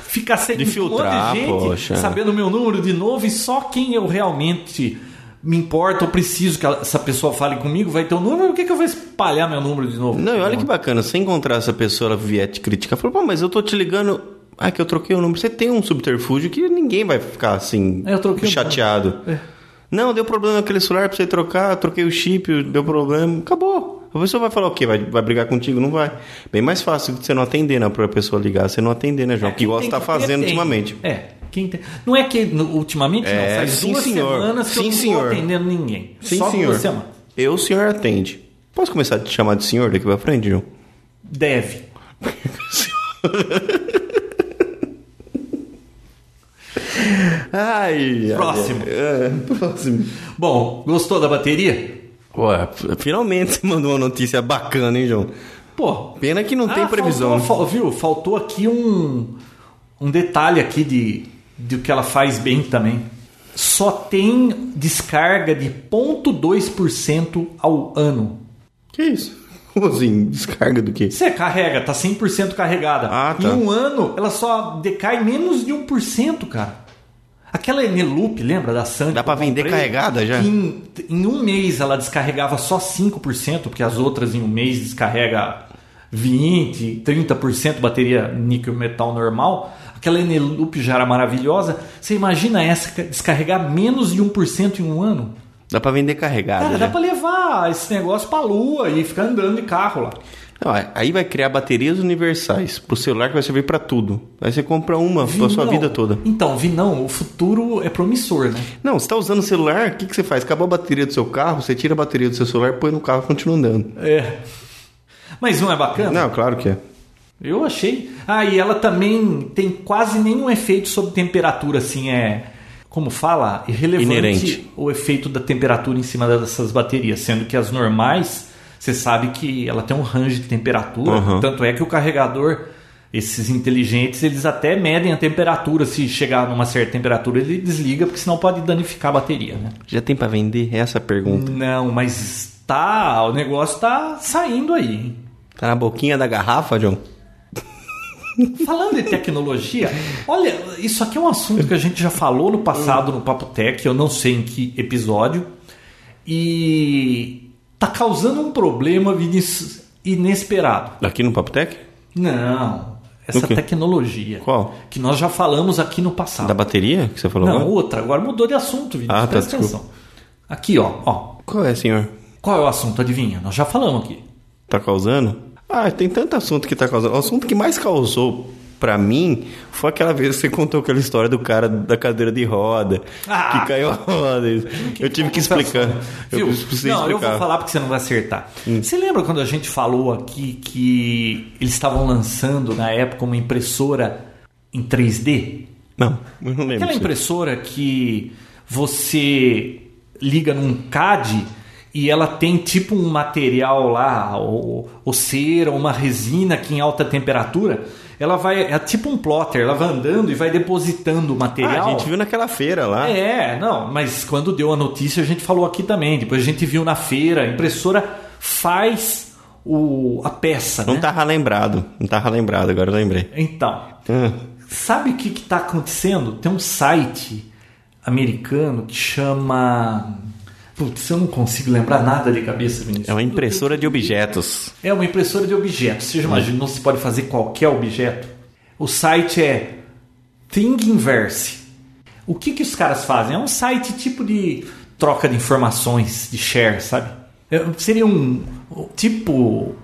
ficar sem De um monte filtrar, gente poxa. sabendo o meu número de novo e só quem eu realmente me importa ou preciso que ela- essa pessoa fale comigo vai ter o número. Por que, que eu vou espalhar meu número de novo? Não, e olha que bacana, se encontrar essa pessoa, ela vier te criticar, falou, pô, mas eu tô te ligando. Ah, que eu troquei o número. Você tem um subterfúgio que ninguém vai ficar assim, É, eu troquei o chateado. É. Não, deu problema naquele celular pra você trocar, troquei o chip, deu problema, acabou. A pessoa vai falar o quê? Vai, vai brigar contigo? Não vai. Bem mais fácil de você não atender, né? Pra pessoa ligar, você não atender, né, João? que É Quem igual tem você tá que ter, fazendo tem. ultimamente. É. Quem tem- Não é que no- ultimamente É, não, faz sim, duas senhor. semanas que Sim, eu não estou senhor. atendendo ninguém. Sim, Só senhor. duas semanas. Eu, senhor, atende. Posso começar a te chamar de senhor daqui pra frente, João? Deve. Ai, ai, Próximo. É, próximo. Bom, gostou da bateria? Ué, é, finalmente você mandou uma notícia bacana, hein, João? Pô, Pena que não tem Ah, previsão. Faltou, fal- viu? Faltou aqui um, um detalhe aqui de, de o que ela faz bem também. Só tem descarga de 0,2% ao ano. Que isso? Como assim? Descarga do quê? Você carrega, tá 100% carregada. Ah, tá. Em um ano, ela só decai menos de 1%, cara. Aquela Eneloop, lembra da Sandy? Dá pra que eu vender comprei? carregada já? Que Em, em um mês ela descarregava só 5%, porque as outras em um mês descarrega 20%, 30% bateria níquel metal normal. Aquela Eneloop já era maravilhosa. Você imagina essa ca- descarregar menos de 1% em um ano? Dá pra vender né? carregada. Cara, já. dá pra levar esse negócio pra lua e ficar andando de carro lá. Não, é- aí vai criar baterias universais pro celular que vai servir pra tudo. Aí você compra uma pra sua Vinão. vida toda. Então, Vinão, o futuro é promissor, né? Não, você tá usando o celular, o que, que você faz? Acabou a bateria do seu carro, você tira a bateria do seu celular, põe no carro e continua andando. É. Mas não é bacana? Não, claro que é. Eu achei. Ah, e ela também tem quase nenhum efeito sobre temperatura, assim, é. Como fala? Irrelevante Inerente. o efeito da temperatura em cima dessas baterias, sendo que as normais, você sabe que ela tem um range de temperatura, Uhum. tanto é que o carregador, esses inteligentes, eles até medem a temperatura, se chegar numa certa temperatura ele desliga, porque senão pode danificar a bateria, né? Já tem pra vender? Essa é a pergunta. Não, mas tá, o negócio tá saindo aí. hein? Tá na boquinha da garrafa, John? Falando em tecnologia, olha, isso aqui é um assunto que a gente já falou no passado no Papo Tech, eu não sei em que episódio, e tá causando um problema Vinícius, inesperado. Aqui no Papotec? Não, é essa O quê? tecnologia. Qual? Que nós já falamos aqui no passado. Da bateria que você falou Não, agora? outra. Agora mudou de assunto, Vinícius. Ah, tá, Presta desculpa. atenção. Aqui, ó, ó. Qual é, senhor? Qual é o assunto? Adivinha? Nós já falamos aqui. Tá causando? Ah, tem tanto assunto que tá causando. O assunto que mais causou pra mim foi aquela vez que você contou aquela história do cara da cadeira de roda, Ah! que caiu a roda. Eu tive que explicar. Eu Viu? precisei não, eu explicar. Hum. vou falar porque você não vai acertar. Você lembra quando a gente falou aqui que eles estavam lançando na época uma impressora em 3D? Não, eu não lembro. Aquela disso. impressora que você liga num CAD e ela tem tipo um material lá, ou, ou cera, uma resina que em alta temperatura, ela vai. É tipo um plotter, ela vai andando e vai depositando o material. Ah, a gente viu naquela feira lá. É, não, mas quando deu a notícia a gente falou aqui também. Depois a gente viu na feira, a impressora faz o, a peça, Não tá. né? tava lembrado. Não tava lembrado, agora eu lembrei. Então, Ah, sabe o que está acontecendo? Tem um site americano que chama. Putz, eu não consigo lembrar nada de cabeça, Vinícius. é uma impressora de objetos. É uma impressora de objetos. Você já imaginou se pode fazer qualquer objeto? O site é Thingiverse. O que, que os caras fazem? É um site tipo de troca de informações, de share, sabe? É, seria um. Tipo.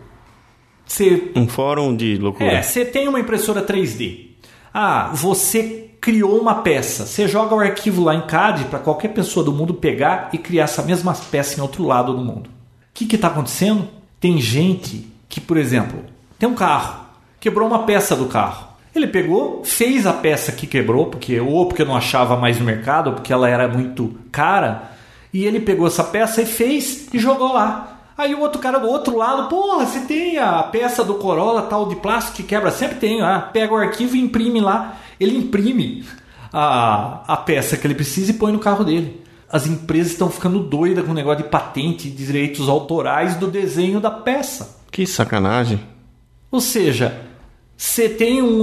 Você Um fórum de loucura. é, você tem uma impressora 3D. Ah, você criou uma peça. Você joga o arquivo lá em CAD para qualquer pessoa do mundo pegar e criar essa mesma peça em outro lado do mundo. O que está acontecendo? Tem gente que, por exemplo, tem um carro, quebrou uma peça do carro. Ele pegou, fez a peça que quebrou, porque ou porque não achava mais no mercado, ou porque ela era muito cara, e ele pegou essa peça e fez e jogou lá. Aí o outro cara do outro lado, porra, você tem a peça do Corolla tal de plástico que quebra? Sempre tem, ah, pega o arquivo e imprime lá. Ele imprime a, a peça que ele precisa e põe no carro dele. As empresas estão ficando doidas com o negócio de patente, de direitos autorais do desenho da peça. Que sacanagem. Ou seja, você tem um,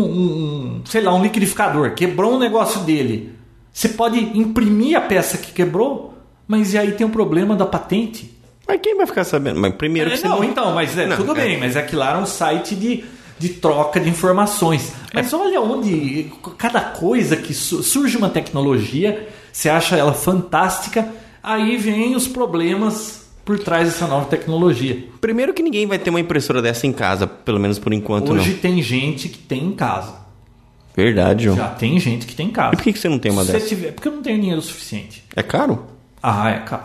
um- sei lá, um liquidificador, quebrou um negócio dele. Você pode imprimir a peça que quebrou, mas e aí tem o problema da patente. Mas quem vai ficar sabendo? Mas primeiro É, que você não, então, mas é, Não, tudo é. bem, mas é que lá era um site de, de troca de informações. Mas olha onde cada coisa que su- surge uma tecnologia, você acha ela fantástica, aí vem os problemas por trás dessa nova tecnologia. Primeiro que ninguém vai ter uma impressora dessa em casa, pelo menos por enquanto Hoje não. tem gente que tem em casa. Verdade, João. Já tem gente que tem em casa. E por que, que você não tem uma Se dessa? tiver, porque eu não tenho dinheiro suficiente. É caro? Ah, é caro.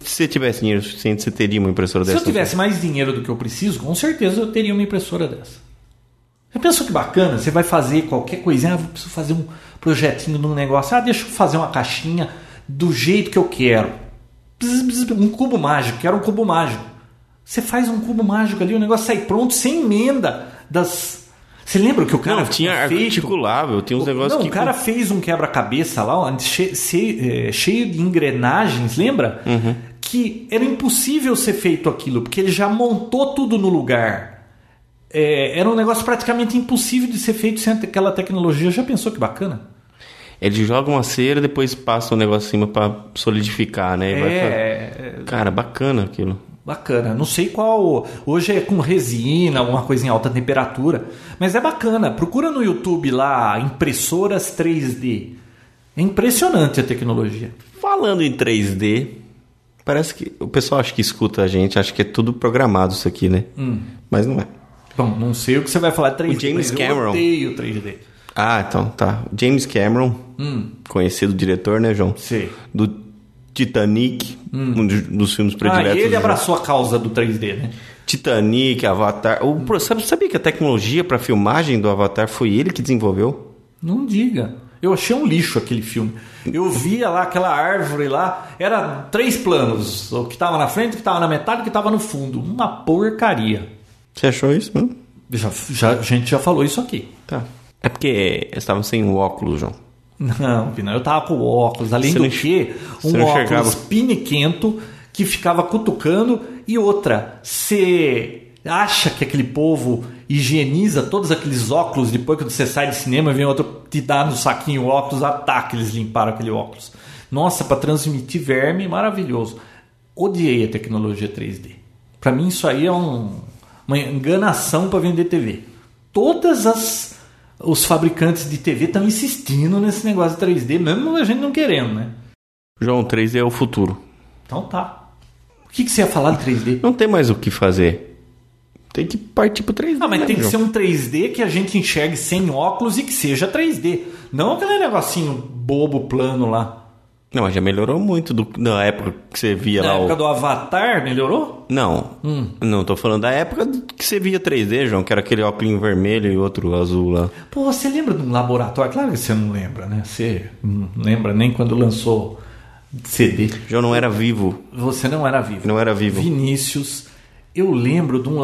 Se você tivesse dinheiro suficiente, você teria uma impressora Se dessa? eu tivesse mais dinheiro do que eu preciso, com certeza eu teria uma impressora dessa. Já pensou que bacana? Você vai fazer qualquer coisinha, ah, eu preciso fazer um projetinho de um negócio. Ah, deixa eu fazer uma caixinha do jeito que eu quero. Bzz, bzz, Um cubo mágico, quero um cubo mágico. Você faz um cubo mágico ali, o negócio sai pronto, sem emenda das. Você lembra o que o cara Não, tinha feito? articulável, tinha uns negócios Não, que... o cara fez um quebra-cabeça lá, ó, che- se- é, cheio de engrenagens, lembra? Uhum. Que era impossível ser feito aquilo, porque ele já montou tudo no lugar. É, era um negócio praticamente impossível de ser feito sem aquela tecnologia. Já pensou que bacana? Ele joga uma cera, depois passa um negócio em cima pra solidificar, né? E vai É, fa- Cara, bacana aquilo. Bacana. Não sei qual. Hoje é com resina, alguma coisa em alta temperatura. Mas é bacana. Procura no YouTube lá impressoras 3D. É impressionante a tecnologia. Falando em 3D, parece que... O pessoal acha que escuta a gente, acha que é tudo programado isso aqui, né? Hum. Mas não é. Bom, não sei o que você vai falar de 3D. O James mas Eu Cameron. odeio 3D. Ah, então, tá. James Cameron, Hum. conhecido diretor, né, João? Sei. Do Titanic, um de- dos filmes Hum. Ah, prediletos. e do ele João. abraçou a causa do 3D, né? Titanic, Avatar. O, pro- sabe, sabia que a tecnologia pra filmagem do Avatar foi ele que desenvolveu? Não diga. Eu achei um lixo aquele filme. Eu via lá aquela árvore lá, era três planos. O que estava na frente, o que estava na metade, o que estava no fundo. Uma porcaria. Você achou isso mesmo? Já, já- a gente já falou isso aqui. Tá. É porque eles estavam sem o óculos, João. Não, Pina, eu tava com óculos. Além Você do não enx- que, você um não óculos enxergava. piniquento que ficava cutucando. E outra, você acha que aquele povo higieniza todos aqueles óculos depois que você sai de cinema e vem outro te dar no saquinho o óculos, ataque, eles limparam aquele óculos. Nossa, para transmitir verme, maravilhoso. Odiei a tecnologia 3D. Para mim isso aí é um- uma enganação para vender TV. Todas as os fabricantes de TV estão insistindo nesse negócio 3D, mesmo a gente não querendo, né? João, 3D é o futuro. Então tá. O que, que você ia falar de 3D? Não tem mais o que fazer. Tem que partir pro 3D. Ah, mas né, tem que João? ser um 3D que a gente enxergue sem óculos e que seja 3D. Não aquele negocinho bobo plano lá. Não, mas já melhorou muito do, da época que você via Na lá época Hum. o... do Avatar, melhorou? Não, não tô falando da época que você via 3D, João, que era aquele óculos vermelho e outro azul lá. Pô, você lembra de um laboratório? Claro que você não lembra, né? Você não lembra nem quando lançou CD. João não era vivo, Você não era vivo. não era vivo. Vinícius, eu lembro de um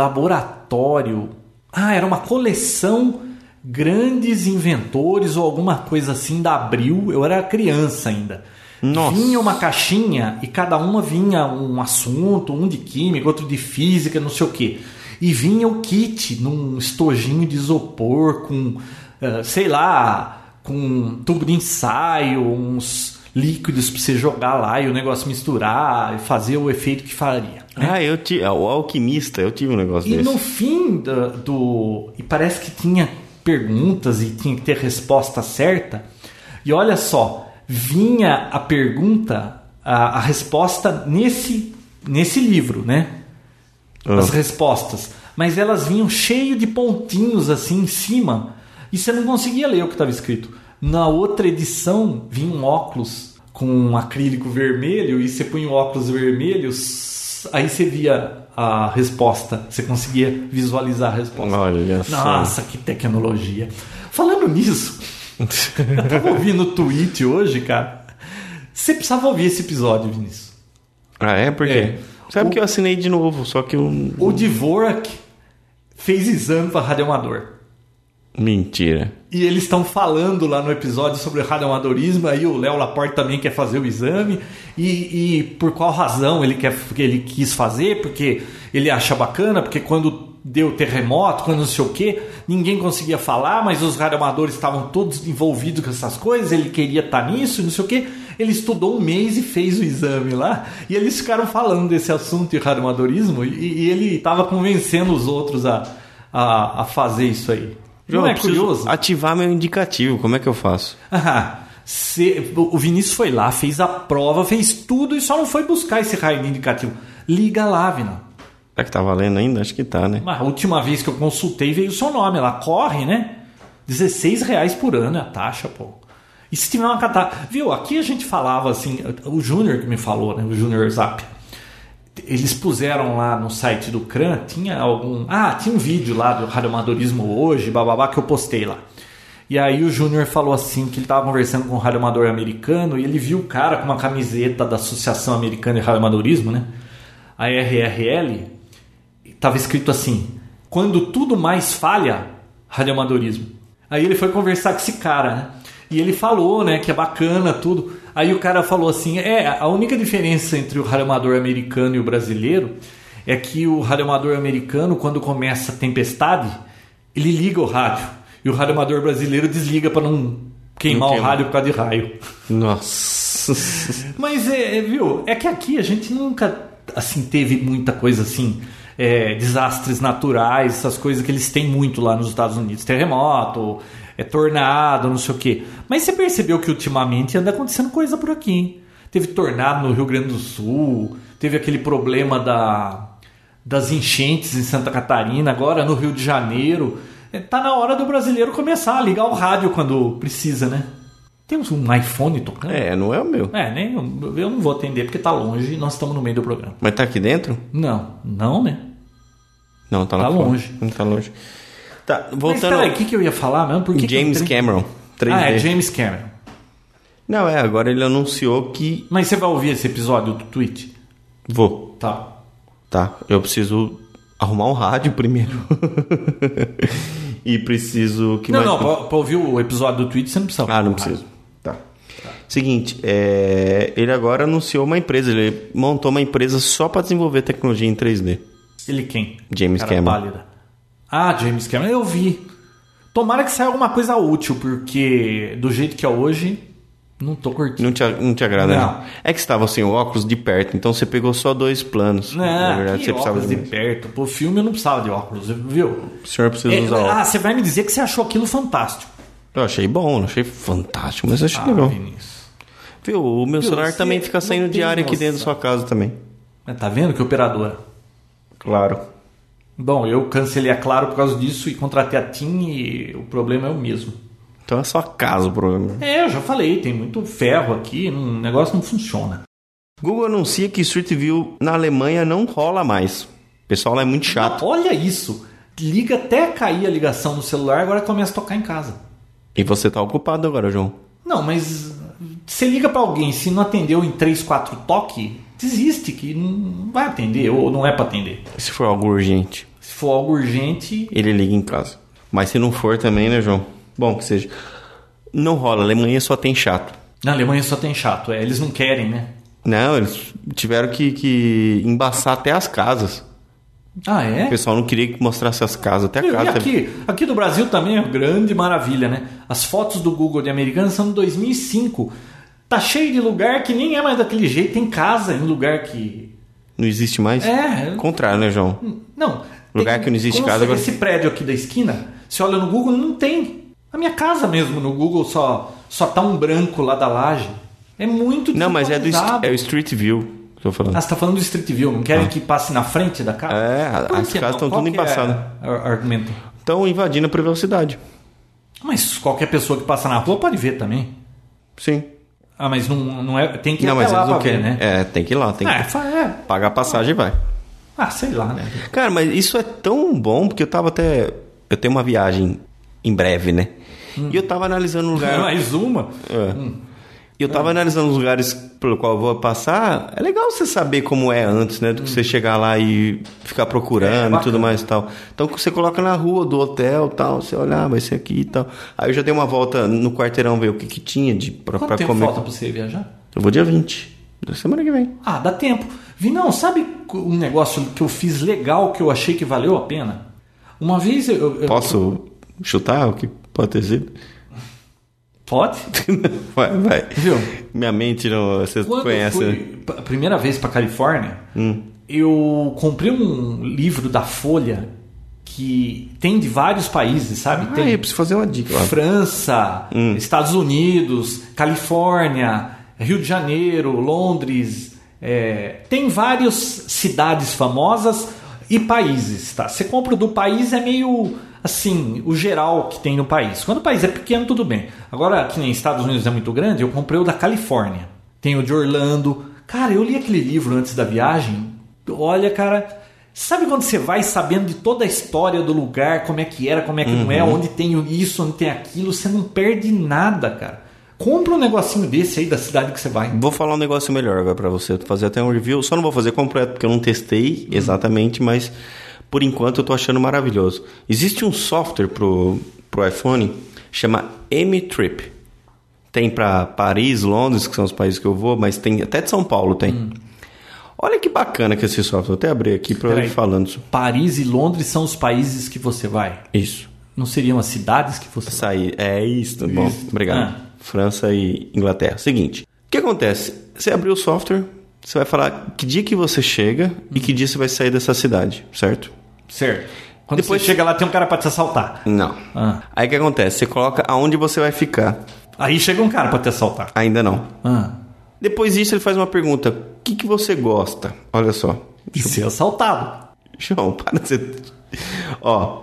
laboratório. Ah, era uma coleção grandes inventores ou alguma coisa assim da Abril. Eu era criança ainda. Nossa. Vinha uma caixinha e cada uma vinha um assunto, um de química, outro de física, não sei o quê. E vinha o kit num estojinho de isopor com, eh, sei lá, com um tubo de ensaio, uns líquidos para você jogar lá e o negócio misturar e fazer o efeito que faria. Ah, eu tive. O alquimista, eu tive um negócio É? E desse. no fim da- do, E parece que tinha perguntas e tinha que ter resposta certa. E olha só, vinha a pergunta, a, a resposta nesse, nesse livro, né? Ah. As respostas. Mas elas vinham cheio de pontinhos assim em cima. E você não conseguia ler o que estava escrito. Na outra edição vinha um óculos com um acrílico vermelho e você punha o óculos vermelho, s- aí você via a resposta, você conseguia visualizar a resposta. Olha só. Nossa, que tecnologia. Falando nisso, eu tava ouvindo o tweet hoje, cara. Você precisava ouvir esse episódio, Vinícius. Ah, é? Por quê? É. Sabe O- que eu assinei de novo, só que eu. O Dvorak fez exame para radioamador. Mentira. E eles estão falando lá no episódio sobre o radioamadorismo, aí o Léo Laporte também quer fazer o exame, e, e por qual razão ele, quer, que ele quis fazer, porque ele acha bacana, porque quando deu terremoto, quando não sei o quê, ninguém conseguia falar, mas os radioamadores estavam todos envolvidos com essas coisas, ele queria estar nisso, não sei o quê. Ele estudou um mês e fez o exame lá, e eles ficaram falando desse assunto de radioamadorismo, e, e ele estava convencendo os outros a, a, a fazer isso aí. João, não é eu preciso curioso? Ativar meu indicativo, como é que eu faço? Ah, se- o Vinícius foi lá, fez a prova, fez tudo e só não foi buscar esse raio indicativo. Liga lá, Vina. Será que tá valendo ainda? Acho que tá, né? Mas A última vez que eu consultei veio o seu nome. Ela corre, né? R$16,00 por ano é a taxa, pô. E se tiver uma catástrofe. Viu? Aqui a gente falava assim. O Júnior que me falou, né? O Júnior Zap. Eles puseram lá no site do CRAN, tinha algum. Ah, tinha um vídeo lá do radioamadorismo hoje, bababá, que eu postei lá. E aí o Júnior falou assim que ele estava conversando com um radioamador americano e ele viu o cara com uma camiseta da Associação Americana de Radioamadorismo, né? A RRL, Tava escrito assim: quando tudo mais falha, radioamadorismo. Aí ele foi conversar com esse cara, né? E ele falou, né, que é bacana tudo. Aí o cara falou assim: é, a única diferença entre o radioamador americano e o brasileiro é que o radioamador americano, quando começa a tempestade, ele liga o rádio. E o radioamador brasileiro desliga para não queimar Não o queima. rádio por causa de raio. Nossa. Mas é, é, viu? É que aqui a gente nunca assim teve muita coisa assim, é, desastres naturais, essas coisas que eles têm muito lá nos Estados Unidos, terremoto, é tornado, não sei o quê. Mas você percebeu que ultimamente anda acontecendo coisa por aqui, hein? Teve tornado no Rio Grande do Sul, teve aquele problema da das enchentes em Santa Catarina, agora no Rio de Janeiro. É, Tá na hora do brasileiro começar a ligar o rádio quando precisa, né? Temos um iPhone tocando? É, não é o meu. É, nem eu, eu não vou atender porque tá longe e nós estamos no meio do programa. Mas tá aqui dentro? Não, não, né? Não, tá lá Tá fora. longe. Não tá longe. Tá, Mas voltando. peraí, o que, que eu ia falar mesmo? Por que que eu James entrei- Cameron. 3D. Ah, é James Cameron. Não, é, agora ele anunciou que. Mas você vai ouvir esse episódio do tweet? Vou. Tá. Tá, eu preciso arrumar um rádio primeiro. e preciso que não, mais... um não, pra, pra ouvir o episódio do tweet você não precisa. Ah, não preciso. Tá. Seguinte, é, ele agora anunciou uma empresa, ele montou uma empresa só pra desenvolver tecnologia em 3D. Ele quem? James Cara Cameron. Pálida. Ah, James Cameron, eu vi. Tomara que saia alguma coisa útil, porque do jeito que é hoje, Não tô curtindo. Não te, não te agrada, Não. né? É que estava sem o óculos de perto, então você pegou só dois planos. na Não, verdade, Ah, que você precisava óculos de mais. perto. Pro filme eu não precisava de óculos, viu? O senhor precisa É, usar óculos. ah, você vai me dizer que você achou aquilo fantástico. Eu achei bom, não achei fantástico, mas achei Ah, legal. Vinícius. Viu, o meu celular você também fica não saindo tem diário aqui noção. dentro da sua casa também. Mas Tá vendo que operadora? Claro. Bom, eu cancelei a Claro por causa disso e contratei a TIM e o problema é o mesmo. Então é só casa o problema. É, eu já falei, tem muito ferro aqui, o negócio não funciona. Google anuncia que Street View na Alemanha não rola mais. O pessoal lá é muito chato. Olha isso! Liga até cair a ligação no celular, agora começa a tocar em casa. E você tá ocupado agora, João. Não, mas você liga pra alguém, se não atendeu em 3, 4 toque, desiste que não vai atender ou não é pra atender. Se for algo urgente, Se for algo urgente, ele liga em casa. Mas se não for também, né, João? Bom, que seja. Não rola, a Alemanha só tem chato. na Alemanha só tem chato, é, eles não querem, né? Não, eles tiveram que, que embaçar até as casas. Ah, é? O pessoal não queria que mostrasse as casas, até a Meu, E casa. aqui, aqui do Brasil também é uma grande maravilha, né? As fotos do Google de americano são de 2005. Tá cheio de lugar que nem é mais daquele jeito. Tem casa em lugar que. Não existe mais? É. Contrário, né, João? Não. Lugar tem- que não existe como casa se- agora- Esse prédio aqui da esquina, você olha no Google, não tem. A minha casa mesmo no Google só, só tá um branco lá da laje. É muito Não, mas é do est- desatualizado. é o Street View que eu tô falando. Ah, você tá falando do Street View, não querem que passe na frente da casa? É, Por as que casas não? tão Qual tudo que é embaçadas. o argumento. Estão invadindo a privacidade. Mas qualquer pessoa que passa na rua pode ver também. Sim. Ah, mas não, não é. Tem que ir não, até mas lá eles não pra ver, querem. né? É, tem que ir lá, tem Ah, que fa- é. pagar a passagem e vai. Ah, sei lá, né? Cara, mas isso é tão bom, porque eu tava até. Eu tenho uma viagem em breve, né? Hum. E eu tava analisando um lugar. Mais uma. É. Hum. E eu tava Ah. analisando os lugares pelo qual eu vou passar. É legal você saber como é antes, né? Do que você chegar lá e ficar Hum. É, procurando e bacana. tudo mais e tal. Então você coloca na rua do hotel tal, você olha, ah, vai ser aqui e tal. Aí eu já dei uma volta no quarteirão ver o que, que tinha de, pra, Quanto pra tempo comer. falta pra você viajar? Eu vou dia 20. Da semana que vem. Ah, dá tempo. Vinão, sabe um negócio que eu fiz legal que eu achei que valeu a pena? Uma vez eu. eu- Posso chutar o que pode ter sido? Pode? vai, vai. Viu? Minha mente não. Você Quando conhece, Hum. eu né? fui pa- a primeira vez pra Califórnia, eu comprei um livro da Folha que tem de vários países, sabe? Ah, tem eu preciso fazer uma dica. ó. França, Estados Unidos, Califórnia, Rio de Janeiro, Londres. é, tem várias cidades famosas e países, tá? Você compra o do país é meio assim, o geral que tem no país. Quando o país é pequeno, tudo bem. Agora, que nem Estados Unidos é muito grande, eu comprei o da Califórnia. Tem o de Orlando. Cara, eu li aquele livro antes da viagem. Olha, cara, Sabe quando você vai sabendo de toda a história do lugar, como é que era, como é que não é, onde tem isso, onde tem aquilo, você não perde nada, cara. Compra um negocinho desse aí da cidade que você vai. Vou falar um negócio melhor agora pra você. Vou fazer até um review. Só não vou fazer completo porque eu não testei Uhum. exatamente, mas por enquanto eu tô achando maravilhoso. Existe um software pro, pro iPhone chama M-Trip. Tem pra Paris, Londres, que são os países que eu vou, mas tem até de São Paulo tem. Hum. Olha que bacana que esse software. Eu até abri aqui pra eu Peraí. ir falando isso. Paris e Londres são os países que você vai. Isso. Não seriam as cidades que você vai? Sair. É isso. Bom, obrigado. Ah. França e Inglaterra. Seguinte. O que acontece? Você abriu o software, você vai falar que dia que você chega e que dia você vai sair dessa cidade, certo? Certo. Quando Depois- você chega lá, tem um cara pra te assaltar. Não. Ah. Aí o que acontece? Você coloca aonde você vai ficar. Aí chega um cara pra te assaltar. Ainda não. Ah. Depois disso, ele faz uma pergunta: o que, que você gosta? Olha só. E ser assaltado. João, para de ser. Ó.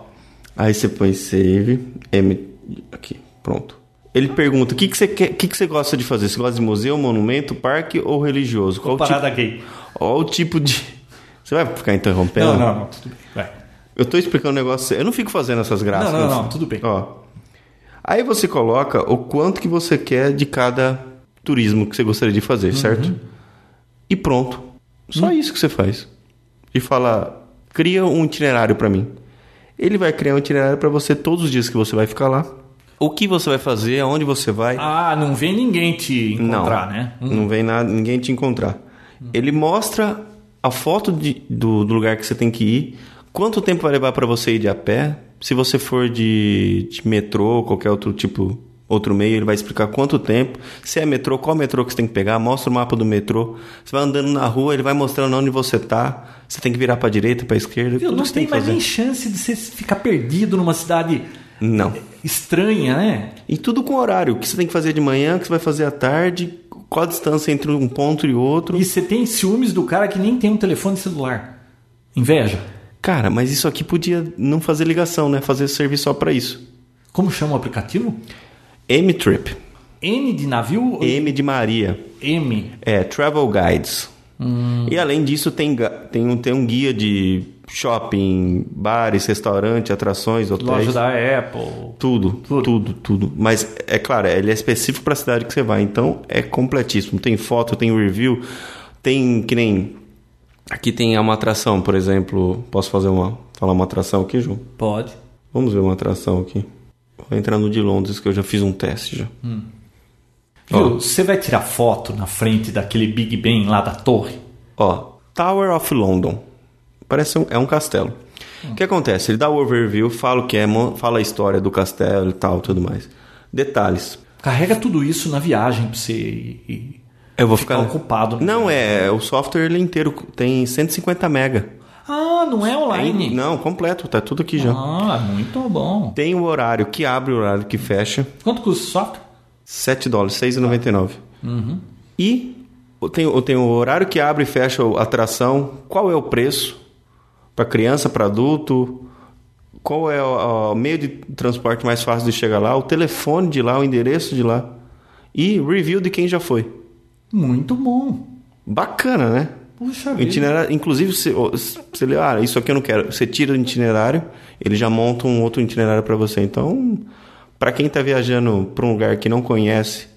Aí você põe save. M. Aqui, pronto. Ele pergunta: o que, que você quer. O que, que você gosta de fazer? Você gosta de museu, monumento, parque ou religioso? Qual o tipo, Parada gay. qual o tipo de. Você vai ficar interrompendo? Não, não, não, tudo bem. Vai. Eu tô explicando um negócio. Eu não fico fazendo essas graças. Não, não, né? não, tudo bem. Ó. Aí você coloca o quanto que você quer de cada turismo que você gostaria de Uhum. fazer, certo? E pronto. Só isso que você faz. E fala, cria um itinerário pra mim. Ele vai criar um itinerário pra você todos os dias que você vai ficar lá. O que você vai fazer, aonde você vai. Ah, não vem ninguém te encontrar, não, né? Não vem nada, ninguém te encontrar. Ele mostra a foto de- do, do lugar que você tem que ir, quanto tempo vai levar para você ir de a pé, se você for de, de metrô, qualquer outro tipo outro meio, ele vai explicar quanto tempo, se é metrô, qual metrô que você tem que pegar, mostra o mapa do metrô. Você vai andando na rua, ele vai mostrando onde você tá. Você tem que virar pra direita, pra esquerda. Viu, tudo não que você tem que mais fazer. nem chance de você ficar perdido numa cidade Não. estranha, né? E tudo com horário. O que você tem que fazer de manhã, o que você vai fazer à tarde, qual a distância entre um ponto e outro. E você tem ciúmes do cara que nem tem um telefone celular. Inveja. Cara, mas isso aqui podia não fazer ligação, né? Fazer serviço só pra isso. Como chama o aplicativo? M-Trip. N de navio ou M de Maria. M? É, Travel Guides. Hum. E além disso, tem, ga- tem, um, tem um guia de shopping, bares, restaurante, atrações, hotéis. Loja da Apple. Tudo, tudo, tudo, Mas é claro, ele é específico para a cidade que você vai, então é completíssimo. Tem foto, tem review, tem que nem aqui tem uma atração, por exemplo, posso fazer uma falar uma atração aqui, João? Pode. Vamos ver uma atração aqui. Vou entrar no de Londres que eu já fiz um teste já. Viu, você vai tirar foto na frente daquele Big Ben lá da torre? Ó, Tower of London. Parece um, é um castelo. O que acontece? Ele dá o overview, fala o que é, mo- fala a história do castelo e tal, tudo mais. Detalhes. Carrega tudo isso na viagem pra você e- e Eu vou ficar ocupado. né? Não, é. O software ele inteiro tem 150 mega. Ah, não é online? Não, completo, tá tudo aqui já. Ah, muito bom. Tem o horário que abre, o horário que fecha. Quanto custa o software? 7 dólares, 6,99. E tem, o- tem o horário que abre e fecha a atração. Qual é o preço? Para criança, para adulto? Qual é o, o meio de transporte mais fácil de chegar lá? O telefone de lá, o endereço de lá. E review de quem já foi. Muito bom. Bacana, né? Puxa O vida. itinerário, inclusive, você, ó, você lê, ah, isso aqui eu não quero. Você tira o itinerário, ele já monta um outro itinerário para você. Então, para quem tá viajando para um lugar que não conhece,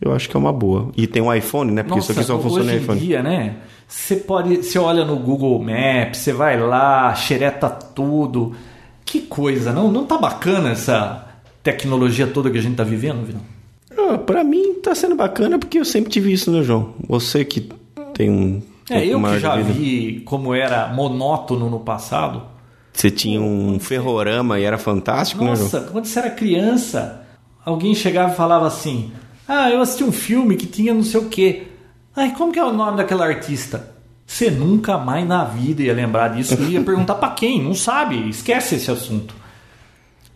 eu acho que é uma boa. E tem um iPhone, né? Porque Nossa, isso aqui só funciona hoje no em iPhone. dia, né? Você pode, você olha no Google Maps, você vai lá, xereta tudo. Que coisa, não? Não tá bacana essa tecnologia toda que a gente tá vivendo, Vinão? Ah, para mim tá sendo bacana porque eu sempre tive isso, né, João? Você que tem um É, pouco eu maior que de já vida. vi como era monótono no passado. Você tinha um ferrorama e era fantástico, né, João? Nossa, quando você era criança, alguém chegava e falava assim: Ah, eu assisti um filme que tinha não sei o quê. Ai, como que é o nome daquela artista? Você nunca mais na vida ia lembrar disso e ia perguntar pra quem? Não sabe, esquece esse assunto.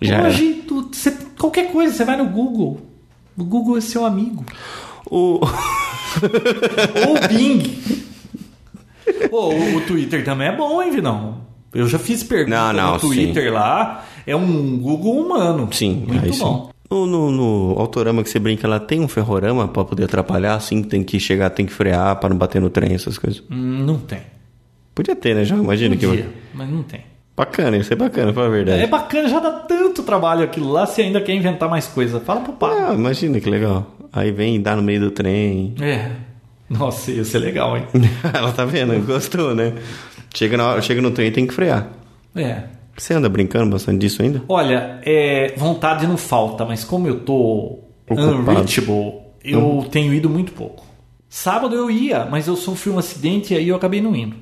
Já era. Hoje, tu- você- qualquer coisa, você vai no Google. O Google é seu amigo. O... Ou o Bing. Ô, o, o Twitter também é bom, hein, Vinão? Eu já fiz Não, pergunta não, no Twitter lá. É um Google humano. Sim, muito aí sim. bom. No, no, no autorama que você brinca lá, tem um ferrorama pra poder atrapalhar, assim, que tem que chegar, tem que frear pra não bater no trem, essas coisas. Hum, Não tem. Podia ter, né? Já imagina que. Podia, mas não tem. Bacana, isso é bacana, pra verdade. É bacana, já dá tanto trabalho aquilo lá, se ainda quer inventar mais coisa. Fala pro Ah, papo. imagina que legal. Aí vem e dá no meio do trem. É. Nossa, ia ser é legal, hein? Ela tá vendo, gostou, né? Chega, na hora, chega no trem e tem que frear. É. Você anda brincando bastante disso ainda? Olha, é, vontade não falta, mas como eu tô Ocupado. unreachable, eu tenho ido muito pouco. Sábado eu ia, mas eu sofri um acidente e aí eu acabei não indo.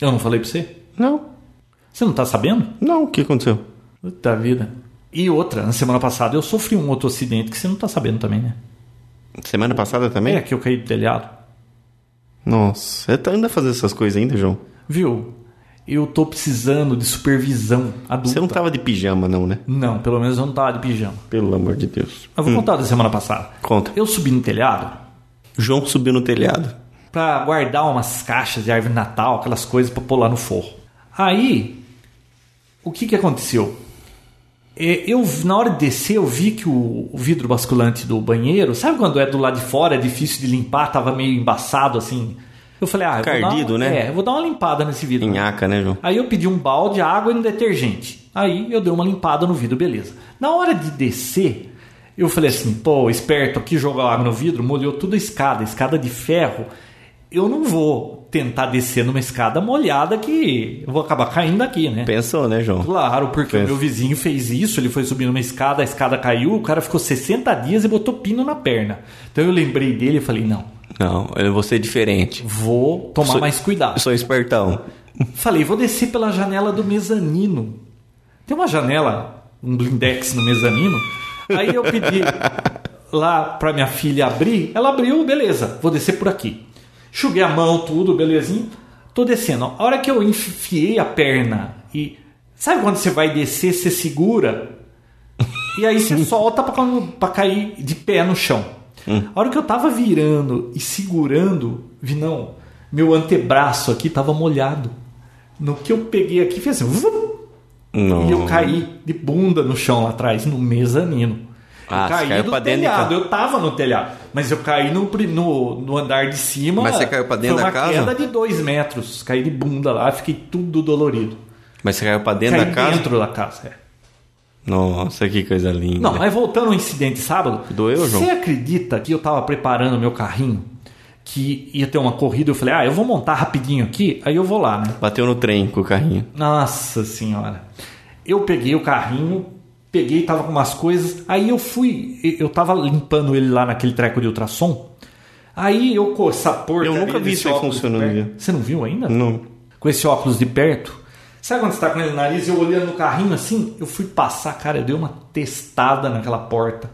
Eu não falei pra você? Não. Você não tá sabendo? Não, o que aconteceu? Puta vida. E outra, na semana passada eu sofri um outro acidente que você não tá sabendo também, né? Semana passada também? É que eu caí do telhado. Nossa, você tá ainda fazendo essas coisas ainda, João? Viu? Eu tô precisando de supervisão adulta. Você não tava de pijama, não, né? Não, pelo menos eu não tava de pijama. Pelo amor de Deus. Eu vou contar da semana passada. Conta. Eu subi no telhado João subiu no telhado. pra guardar umas caixas de árvore de natal, aquelas coisas pra pôr lá no forro. Aí, o que que aconteceu? É, Eu, na hora de descer, eu vi que o o vidro basculante do banheiro, sabe quando é do lado de fora, é difícil de limpar, tava meio embaçado assim. Eu falei, ah, eu Cardido, vou dar uma, né? É, eu vou dar uma limpada nesse vidro. Minhaca, né, João? Aí eu pedi um balde, água e um detergente. Aí eu dei uma limpada no vidro, beleza. Na hora de descer, eu falei assim, pô, esperto aqui, jogou água no vidro, molhou tudo a escada, escada de ferro. Eu não vou tentar descer numa escada molhada que eu vou acabar caindo aqui, né? Pensou, né, João? Claro, porque o Pensa. meu vizinho fez isso, ele foi subir numa escada, a escada caiu, o cara ficou 60 dias e botou pino na perna. Então eu lembrei dele e falei, não, Não, eu vou ser diferente. vou tomar Sou- mais cuidado. Eu sou espertão. Falei, vou descer pela janela do mezanino. Tem uma janela, um blindex no mezanino. Aí eu pedi lá pra minha filha abrir, ela abriu, beleza, vou descer por aqui. Chuguei a mão, tudo, belezinha. Tô descendo. A hora que eu enfiei a perna e. Sabe quando você vai descer, você segura? E aí você solta pra, pra cair de pé no chão. Hum. A hora que eu tava virando e segurando, Vinão, meu antebraço aqui tava molhado. No que eu peguei aqui, fez assim. vum, Não. e eu caí de bunda no chão lá atrás, no mezanino. Ah, eu você caí caiu do pra dentro de telhado, casa. eu tava no telhado, mas eu caí no, pri- no, no andar de cima. Mas você caiu pra dentro foi da uma casa? queda de dois metros, caí de bunda lá, fiquei tudo dolorido. Mas você caiu pra dentro caí da casa? dentro da casa, é. Nossa, que coisa linda. Não, mas voltando ao incidente sábado. Doeu, João? Você acredita que eu tava preparando meu carrinho, que ia ter uma corrida, eu falei, ah, eu vou montar rapidinho aqui, aí eu vou lá, né? Bateu no trem com o carrinho. Nossa senhora. Eu peguei o carrinho, peguei, tava com umas coisas. Aí eu fui, eu tava limpando ele lá naquele treco de ultrassom. Aí eu com essa porcaria Eu nunca vi desse isso aí óculos de funcionando, perto. viu? Você não viu ainda? Não. Com esse óculos de perto. Sabe quando você tá com ele no nariz, eu olhando no carrinho assim? Eu fui passar, cara, eu dei uma testada naquela porta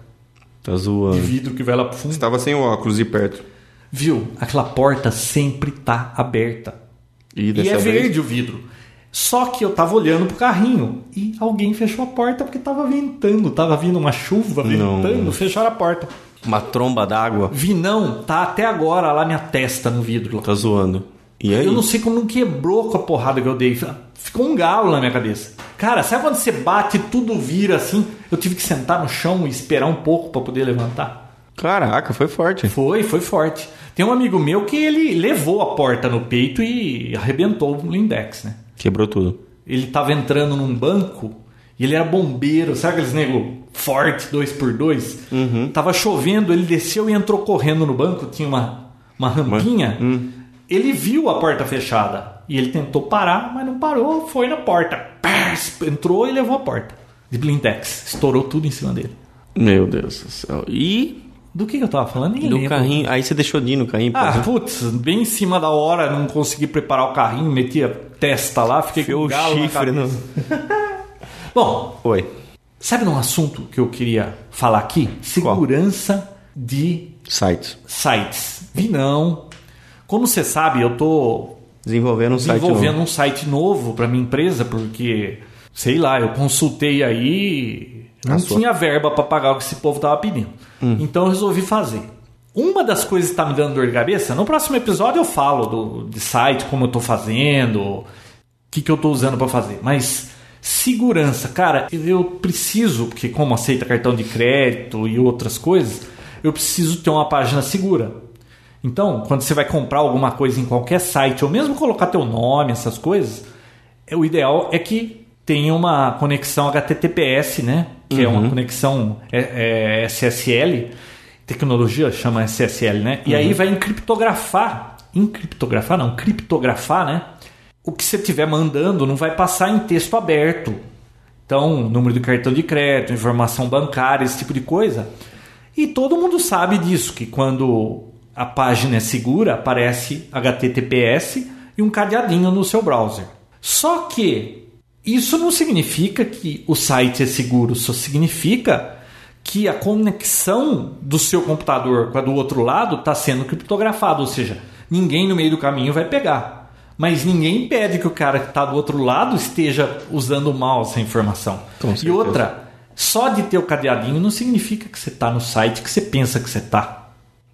Tá de zoando. vidro que vai lá pro fundo. Estava sem óculos de perto. Viu? Aquela porta sempre tá aberta. E, E dessa é vez- verde o vidro. Só que eu tava olhando pro carrinho e alguém fechou a porta porque tava ventando, tava vindo uma chuva ventando, fecharam a porta. Uma tromba d'água. Vinão tá até agora lá minha testa no vidro. lá. Tá zoando. E aí? Eu não sei como não quebrou com a porrada que eu dei. Ficou um galo na minha cabeça. Cara, sabe quando você bate e tudo vira assim? Eu tive que sentar no chão e esperar um pouco pra poder levantar. Caraca, foi forte. Foi, foi forte. Tem um amigo meu que ele levou a porta no peito e arrebentou o index, né? Quebrou tudo. ele tava entrando num banco e ele era bombeiro, sabe aqueles nego forte, dois por dois? Tava chovendo, ele desceu e entrou correndo no banco, tinha uma, uma rampinha. Ele viu a porta fechada e ele tentou parar, mas não parou, foi na porta. Pá, entrou e levou a porta de blindex, estourou tudo em cima dele. Meu Deus do céu. E Do que, que eu tava falando? Nem do lembro. carrinho. Aí você deixou de ir no carrinho. Ah, pô. putz, bem em cima da hora, não consegui preparar o carrinho, meti a testa lá, fiquei Enfiou com o o galo na chifre no. cabeça. Bom, Oi. Sabe um assunto que eu queria falar aqui? Segurança de Sites. sites. Vi não. Como você sabe, eu tô Desenvolvendo um site desenvolvendo novo. um site novo para minha empresa porque, sei lá, eu consultei aí, não A sua- tinha verba para pagar o que esse povo tava pedindo. Então eu resolvi fazer. Uma das coisas que tá me dando dor de cabeça, no próximo episódio eu falo do, de site, como eu tô fazendo, o que, que eu estou usando para fazer. Mas segurança, cara, eu preciso, porque como aceita cartão de crédito e outras coisas, eu preciso ter uma página segura. Então, quando você vai comprar alguma coisa em qualquer site, ou mesmo colocar teu nome, essas coisas, é- o ideal é que tenha uma conexão HTTPS, né? Que é uma conexão é, é, SSL, tecnologia chama SSL, né? E aí vai encriptografar, encriptografar não, criptografar, né? o que você estiver mandando não vai passar em texto aberto. Então, número de cartão de crédito, informação bancária, esse tipo de coisa. E todo mundo sabe disso, que quando a página é segura, aparece HTTPS e um cadeadinho no seu browser. Só que isso não significa que o site é seguro, só significa que a conexão do seu computador com a do outro lado está sendo criptografada, ou seja, ninguém no meio do caminho vai pegar. Mas ninguém impede que o cara que está do outro lado esteja usando mal essa informação. Com e certeza. outra, só de ter o cadeadinho não significa que você está no site que você pensa que você está.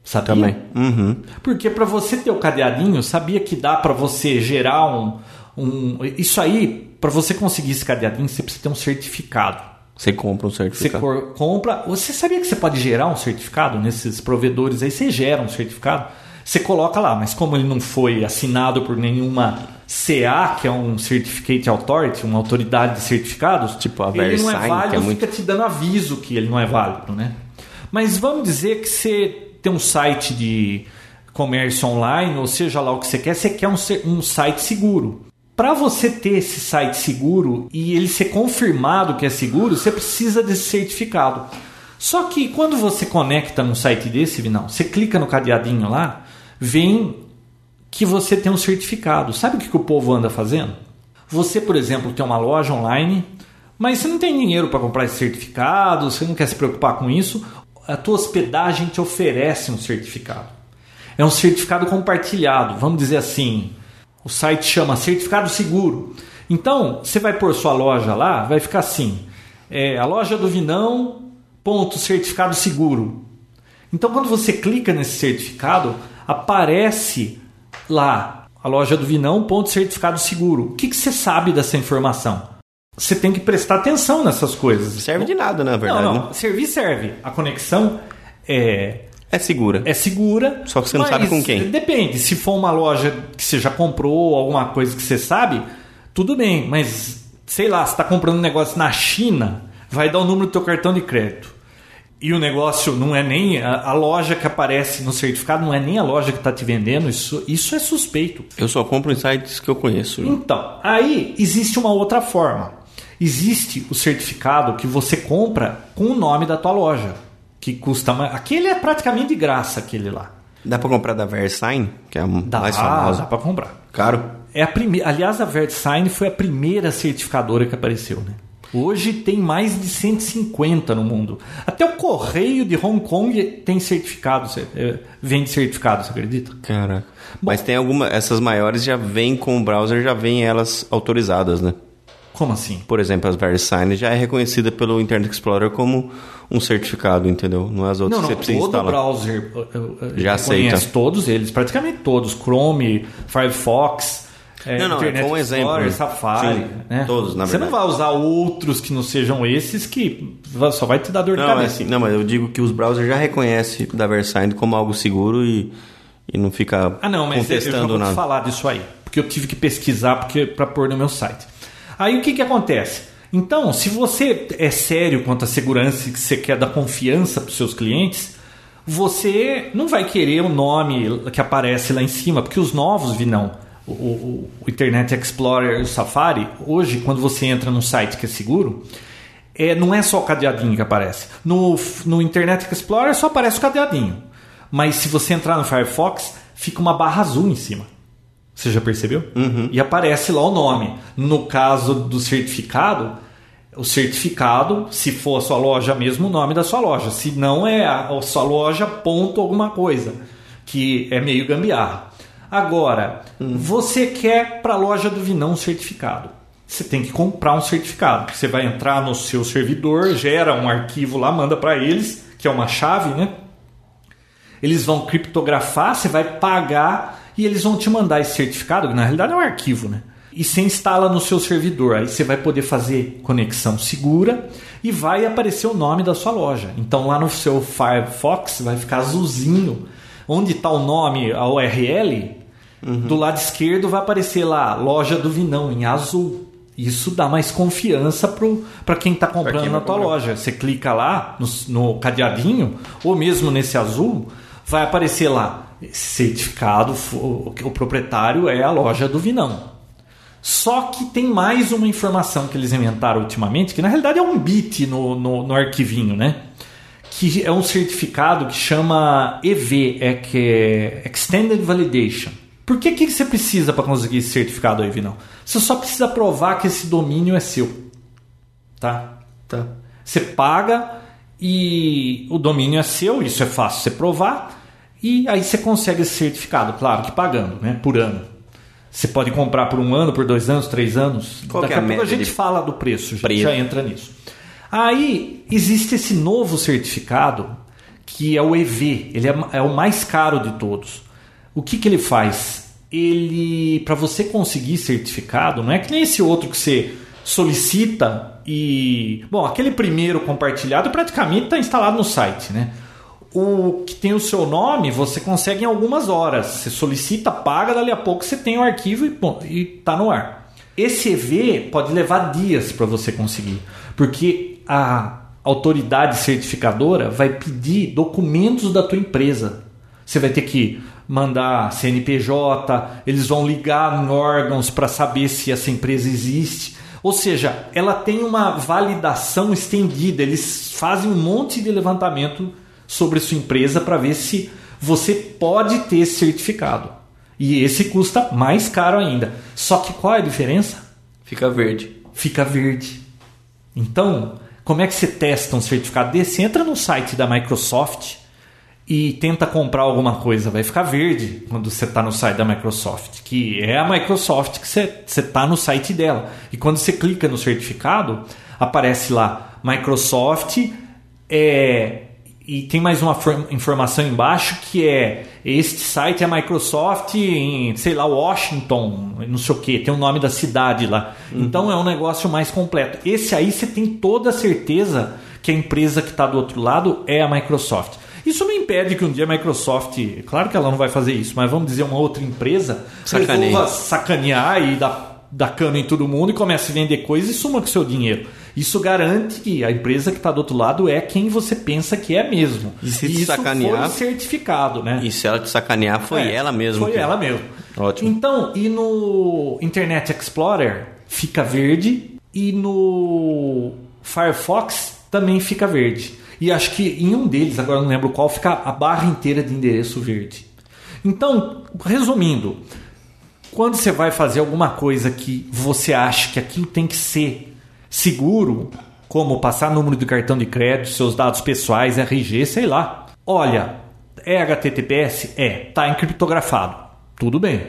Sabia? Também. Uhum. Porque para você ter o cadeadinho, sabia que dá para você gerar um, um. Isso aí, para você conseguir esse cadeadinho, você precisa ter um certificado. Você compra um Você certificado. cor- compra. Você sabia que você pode gerar um certificado nesses provedores aí? Você gera um certificado, você coloca lá, mas como ele não foi assinado por nenhuma CA, que é um Certificate Authority, uma autoridade de certificados, Tipo a ele não Verisign, que é é válido, muito- fica te dando aviso que ele não é válido, né? Mas vamos dizer que você tem um site de comércio online, ou seja lá o que você quer, você quer um, se- um site seguro. Para você ter esse site seguro e ele ser confirmado que é seguro, você precisa desse certificado. Só que quando você conecta num site desse, Vinão, você clica no cadeadinho lá, vem que você tem um certificado. Sabe o que, que o povo anda fazendo? Você, por exemplo, tem uma loja online, Mas você não tem dinheiro para comprar esse certificado, você não quer se preocupar com isso, a tua hospedagem te oferece um certificado. É um certificado compartilhado, vamos dizer assim. O site chama Certificado Seguro. Então, você vai pôr sua loja lá, vai ficar assim: é, a loja do Vinão, ponto certificado seguro. Então, quando você clica nesse certificado, aparece lá a loja do Vinão, ponto certificado seguro. O que, que você sabe dessa informação? Você tem que prestar atenção nessas coisas. Serve de nada, na verdade. não, não. né? Servir serve. A conexão é, É segura. é segura. Só que você não mas sabe com quem. Depende. Se for uma loja que você já comprou, alguma coisa que você sabe, tudo bem. Mas, sei lá, você está comprando um negócio na China, vai dar o número do teu cartão de crédito. E o negócio não é nem... A, a loja que aparece no certificado não é nem a loja que está te vendendo. Isso, isso é suspeito. Eu só compro em sites que eu conheço. Então, aí existe uma outra forma. Existe o certificado que você compra com o nome da tua loja, que custa mais. Aquele é praticamente de graça, aquele lá. Dá pra comprar da Versailles, que é a Dá, mais famosa. dá para comprar. Caro. É a prime... Aliás, a VertSign foi a primeira certificadora que apareceu, né? Hoje tem mais de 150 no mundo. Até o correio de Hong Kong tem certificado, você- é, vende certificado, você acredita? Caraca. Mas tem alguma. Essas maiores já vêm com o browser, já vêm elas autorizadas, né? Como assim? Por exemplo, as VeriSign já é reconhecida pelo Internet Explorer como um certificado, entendeu? Não é as outras Não, não, que você precisa todo instalar. browser eu- eu- eu Já reconhece aceita. todos eles, praticamente todos, Chrome, Firefox, é, Não, não, é Internet só um Explorer, exemplo. Safari, Sim, né? todos, na Você não verdade. vai usar outros que não sejam esses que va- só vai te dar dor de Não, é cabeça. assim, não, mas eu digo que os browsers já reconhecem da VeriSign como algo seguro e, e não fica Ah, não, mas eu já contestando vou nada. falar disso aí, porque eu tive que pesquisar porque para pôr no meu site. Aí o que que acontece? Então, se você é sério quanto à segurança e que você quer dar confiança para os seus clientes, você não vai querer o nome que aparece lá em cima, porque os novos virão. O, o- o Internet Explorer, o Safari, hoje, quando você entra num site que é seguro, é, não é só o cadeadinho que aparece. No, no Internet Explorer só aparece o cadeadinho. Mas se você entrar no Firefox, fica uma barra azul em cima. Você já percebeu? E aparece lá o nome. No caso do certificado, o certificado, se for a sua loja mesmo, o nome da sua loja. Se não é a, a sua loja, ponto alguma coisa. Que é meio gambiarra. Agora, você quer para a loja do Vinão um certificado. Você tem que comprar um certificado. Você vai entrar no seu servidor, gera um arquivo lá, manda para eles, que é uma chave, né? Eles vão criptografar, você vai pagar e eles vão te mandar esse certificado, que na realidade é um arquivo, né? E você instala no seu servidor. Aí você vai poder fazer conexão segura e vai aparecer o nome da sua loja. Então lá no seu Firefox vai ficar azulzinho. Onde está o nome, a URL, Uhum. do lado esquerdo vai aparecer lá, loja do Vinão, em azul. Isso dá mais confiança para quem está comprando quem na vai tua comprar. loja loja, você clica lá no, no cadeadinho, ou mesmo nesse azul, vai aparecer lá. Certificado, fo- o, o proprietário é a loja do Vinão. Só que tem mais uma informação que eles inventaram ultimamente, que na realidade é um bit no, no, no arquivinho, né? Que é um certificado que chama EV, é que é Extended Validation. Por que, que você precisa para conseguir esse certificado aí, Vinão? Você só precisa provar que esse domínio é seu. Tá? Tá. Você paga e o domínio é seu, isso é fácil você provar, e aí você consegue esse certificado, claro que pagando, né? Por ano. Você pode comprar por um ano, por dois anos, três anos. Qual Daqui que é a a pouco a média gente de fala do preço, já, preço? já entra nisso. Aí existe esse novo certificado que é o EV, ele é, ma- é o mais caro de todos. O que, que ele faz? Ele, para você conseguir certificado, não é que nem esse outro que você solicita e. Bom, aquele primeiro compartilhado praticamente está instalado no site, né? O que tem o seu nome você consegue em algumas horas. Você solicita, paga, dali a pouco você tem o arquivo e, bom, e tá no ar. Esse EV pode levar dias para você conseguir, porque a autoridade certificadora vai pedir documentos da tua empresa. Você vai ter que mandar CNPJ, eles vão ligar em órgãos para saber se essa empresa existe. Ou seja, ela tem uma validação estendida, eles fazem um monte de levantamento sobre sua empresa para ver se você pode ter esse certificado. E esse custa mais caro ainda. Só que qual é a diferença? Fica verde. Fica verde. Então, como é que você testa um certificado desse? Entra no site da Microsoft e tenta comprar alguma coisa. Vai ficar verde quando você está no site da Microsoft, que é a Microsoft que você está no site dela. E quando você clica no certificado, aparece lá Microsoft é, e tem mais uma for- informação embaixo que é este site é Microsoft em, sei lá, Washington, não sei o que, tem o nome da cidade lá. Então é um negócio mais completo. Esse aí você tem toda a certeza que a empresa que está do outro lado é a Microsoft. Isso não impede que um dia a Microsoft, claro que ela não vai fazer isso, mas vamos dizer uma outra empresa Sacaneie. resolva sacanear e dar, dar cano em todo mundo e comece a vender coisa e suma com seu dinheiro. Isso garante que a empresa que está do outro lado é quem você pensa que é mesmo. E se te isso sacanear- foi certificado, né? E se ela te sacanear, foi É, ela mesmo. Foi que- ela mesmo. Ótimo. Então, e no Internet Explorer fica verde e no Firefox também fica verde. E acho que em um deles, agora eu não lembro qual, fica a barra inteira de endereço verde. Então, resumindo, quando você vai fazer alguma coisa que você acha que aquilo tem que ser seguro, como passar número do cartão de crédito, seus dados pessoais, RG, sei lá. Olha, é HTTPS? É, tá encriptografado. Tudo bem.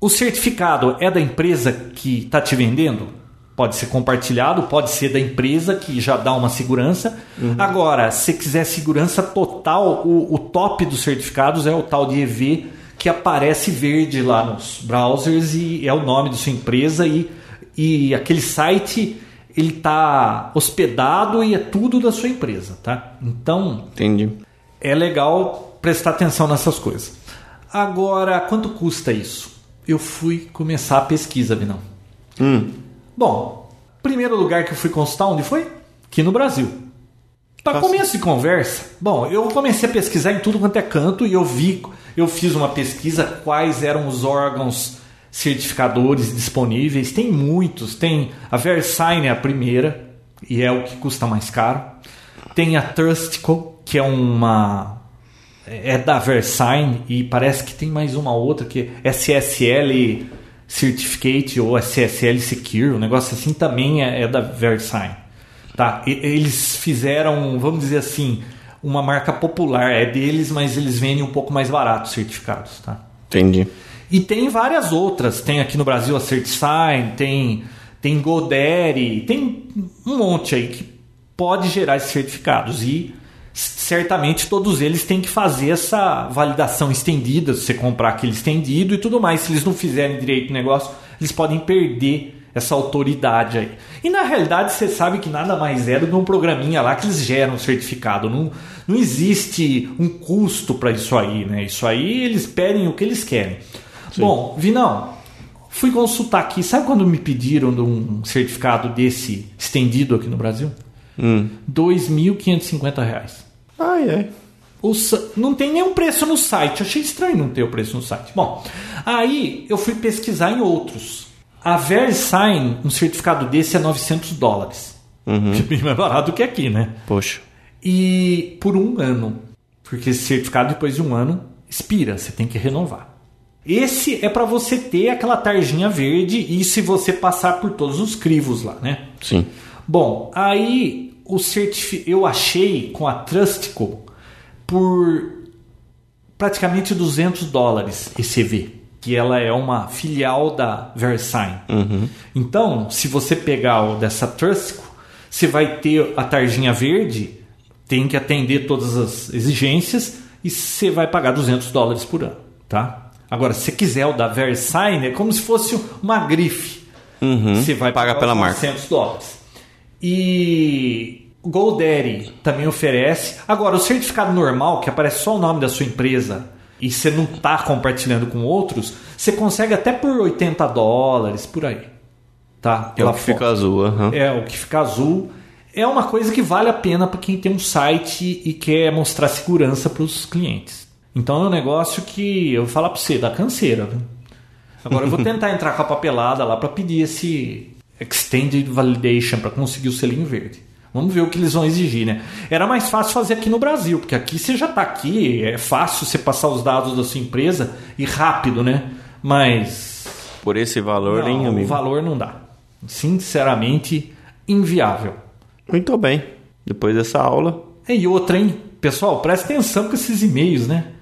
O certificado é da empresa que está te vendendo? Pode ser compartilhado, pode ser da empresa que já dá uma segurança. Agora, se quiser segurança total, o, o top dos certificados é o tal de EV que aparece verde lá nos browsers e é o nome da sua empresa e, e aquele site ele tá hospedado e é tudo da sua empresa, tá? Então Entendi. é legal prestar atenção nessas coisas. Agora, quanto custa isso? Eu fui começar a pesquisa, Vinão. Hum, Bom, primeiro lugar que eu fui consultar onde foi? Aqui no Brasil. Para Nossa. começo de conversa, bom, eu comecei a pesquisar em tudo quanto é canto e eu vi, eu fiz uma pesquisa quais eram os órgãos certificadores disponíveis. Tem muitos, tem a Versailles é a primeira e é o que custa mais caro. Tem a Trustico, que é uma é da Versailles e parece que tem mais uma outra que é SSL Certificate ou SSL Secure, um negócio assim também é, é da Versailles. Tá? E- eles fizeram, vamos dizer assim, uma marca popular, é deles, mas eles vendem um pouco mais barato os certificados, tá? entendi. E tem várias outras. Tem aqui no Brasil a CertSign, tem, tem Godaddy, tem um monte aí que pode gerar esses certificados. E c- certamente todos eles têm que fazer essa validação estendida, se você comprar aquele estendido e tudo mais. Se eles não fizerem direito o negócio, eles podem perder essa autoridade aí. E na realidade você sabe que nada mais é do que um programinha lá que eles geram o certificado. Não, não existe um custo para isso aí, né? Isso aí eles pedem o que eles querem. Bom, Vinão, fui consultar aqui. Sabe quando me pediram de um certificado desse estendido aqui no Brasil? Hum. R$ 2.550 reais. Ai, ai. O sa- não tem nenhum preço no site. Achei estranho não ter o preço no site. Bom, aí eu fui pesquisar em outros. A VeriSign, um certificado desse é 900 dólares. Que é bem mais barato que aqui, né? Poxa. E por um ano. Porque esse certificado, depois de um ano, expira. Você tem que renovar. Esse é para você ter aquela tarjinha verde e se você passar por todos os crivos lá, né? Sim. Bom, aí o certifi... eu achei com a Trustico por praticamente 200 dólares esse EV, que ela é uma filial da Versailles. Uhum. Então, se você pegar o dessa Trustico, você vai ter a tarjinha verde, tem que atender todas as exigências e você vai pagar 200 dólares por ano, tá? Agora, se você quiser o da Versailles, é como se fosse uma grife. Você vai Uhum. Paga pagar pela os marca. 400 dólares. E o GoDaddy também oferece. Agora, o certificado normal, que aparece só o nome da sua empresa e você não está compartilhando com outros, você consegue até por 80 dólares, por aí. Tá? É o Lá que fora. fica azul, aham. É, o que fica azul. É uma coisa que vale a pena para quem tem um site e quer mostrar segurança para os clientes. Então é um negócio que eu vou falar para você, dá canseira. Viu? Agora eu vou tentar entrar com a papelada lá para pedir esse Extended Validation para conseguir o selinho verde. Vamos ver o que eles vão exigir, né? Era mais fácil fazer aqui no Brasil, porque aqui você já está aqui, é fácil você passar os dados da sua empresa e rápido, né? Mas Por esse valor, não, hein, O amigo? valor não dá. Sinceramente, inviável. Muito bem. Depois dessa aula, É, E outra, hein? Pessoal, presta atenção com esses e-mails, né?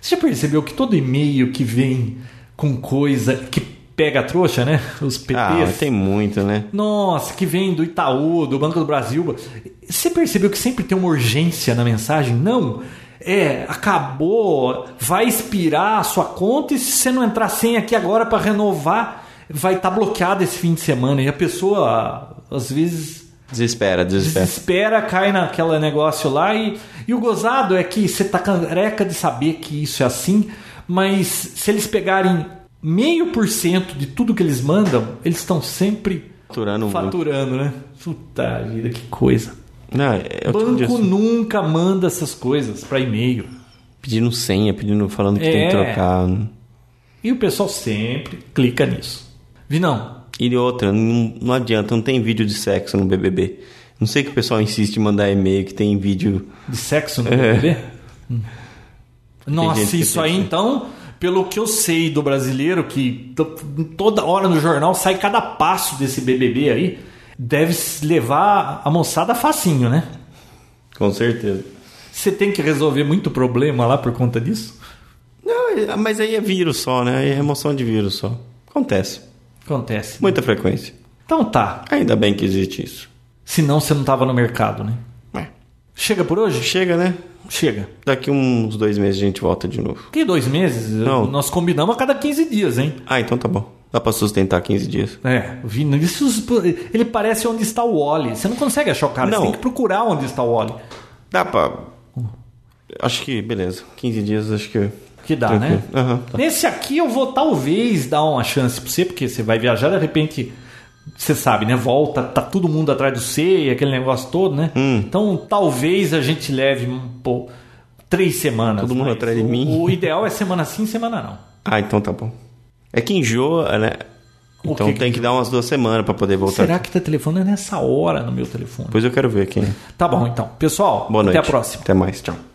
Você já percebeu que todo e-mail que vem com coisa que pega a trouxa, né? Os PTs. ah, mas tem muito, né? Nossa, que vem do Itaú, do Banco do Brasil. Você percebeu que sempre tem uma urgência na mensagem? Não. É, acabou, vai expirar a sua conta e se você não entrar sem aqui agora para renovar, vai estar bloqueado esse fim de semana. E a pessoa, às vezes, Desespera, desespera. Desespera, cai naquele negócio lá e, e o gozado é que você tá careca de saber que isso é assim, mas se eles pegarem meio por cento de tudo que eles mandam, eles estão sempre Faturando muito. faturando, né? Puta vida, que coisa. Não, é o tipo de Banco assunto. nunca manda essas coisas para e-mail. Pedindo senha, pedindo, falando que tem É. que trocar. E o pessoal sempre clica nisso. Vinão, E outra, não, não adianta, não tem vídeo de sexo no BBB. Não sei que o pessoal insiste em mandar e-mail que tem vídeo. de sexo no BBB? Hum. É. gente Nossa, que isso aí pensa. então, pelo que eu sei do brasileiro, que to- toda hora no jornal sai cada passo desse BBB aí, deve se levar a moçada facinho, né? Com certeza. Você tem que resolver muito problema lá por conta disso? Não, mas aí é vírus só, né? Aí é remoção de vírus só. Acontece. Acontece. Muita frequência. Então tá, Ainda bem que existe isso. senão você não tava no mercado, né? É. Chega por hoje? Chega, né? Chega. Daqui uns dois meses a gente volta de novo. Que dois meses? Não. Nós combinamos a cada 15 dias, hein? Ah, então tá bom. Dá pra sustentar 15 dias. É, Vinícius, ele parece onde está o Wally. Você não consegue achar o cara, Não. você tem que procurar onde está o Wally. Dá pra. Acho que, beleza. 15 dias, acho que. Que dá, Tranquilo. né? Aham. tá. Nesse aqui eu vou talvez dar uma chance pra você, porque você vai viajar de repente. Você sabe, né? Volta, tá todo mundo atrás do C, aquele negócio todo, né? Hum. Então talvez a gente leve um pô, três semanas. Todo mundo mas atrás de o- mim. O ideal é semana sim, semana não. Ah, então tá bom. É que enjoa, né? O Então que que tem que dar umas duas semanas pra poder voltar. Será que tá telefonando nessa hora no meu telefone? Depois eu quero ver aqui. Tá bom, então. Pessoal, Boa noite. até a próxima. Até mais. Tchau.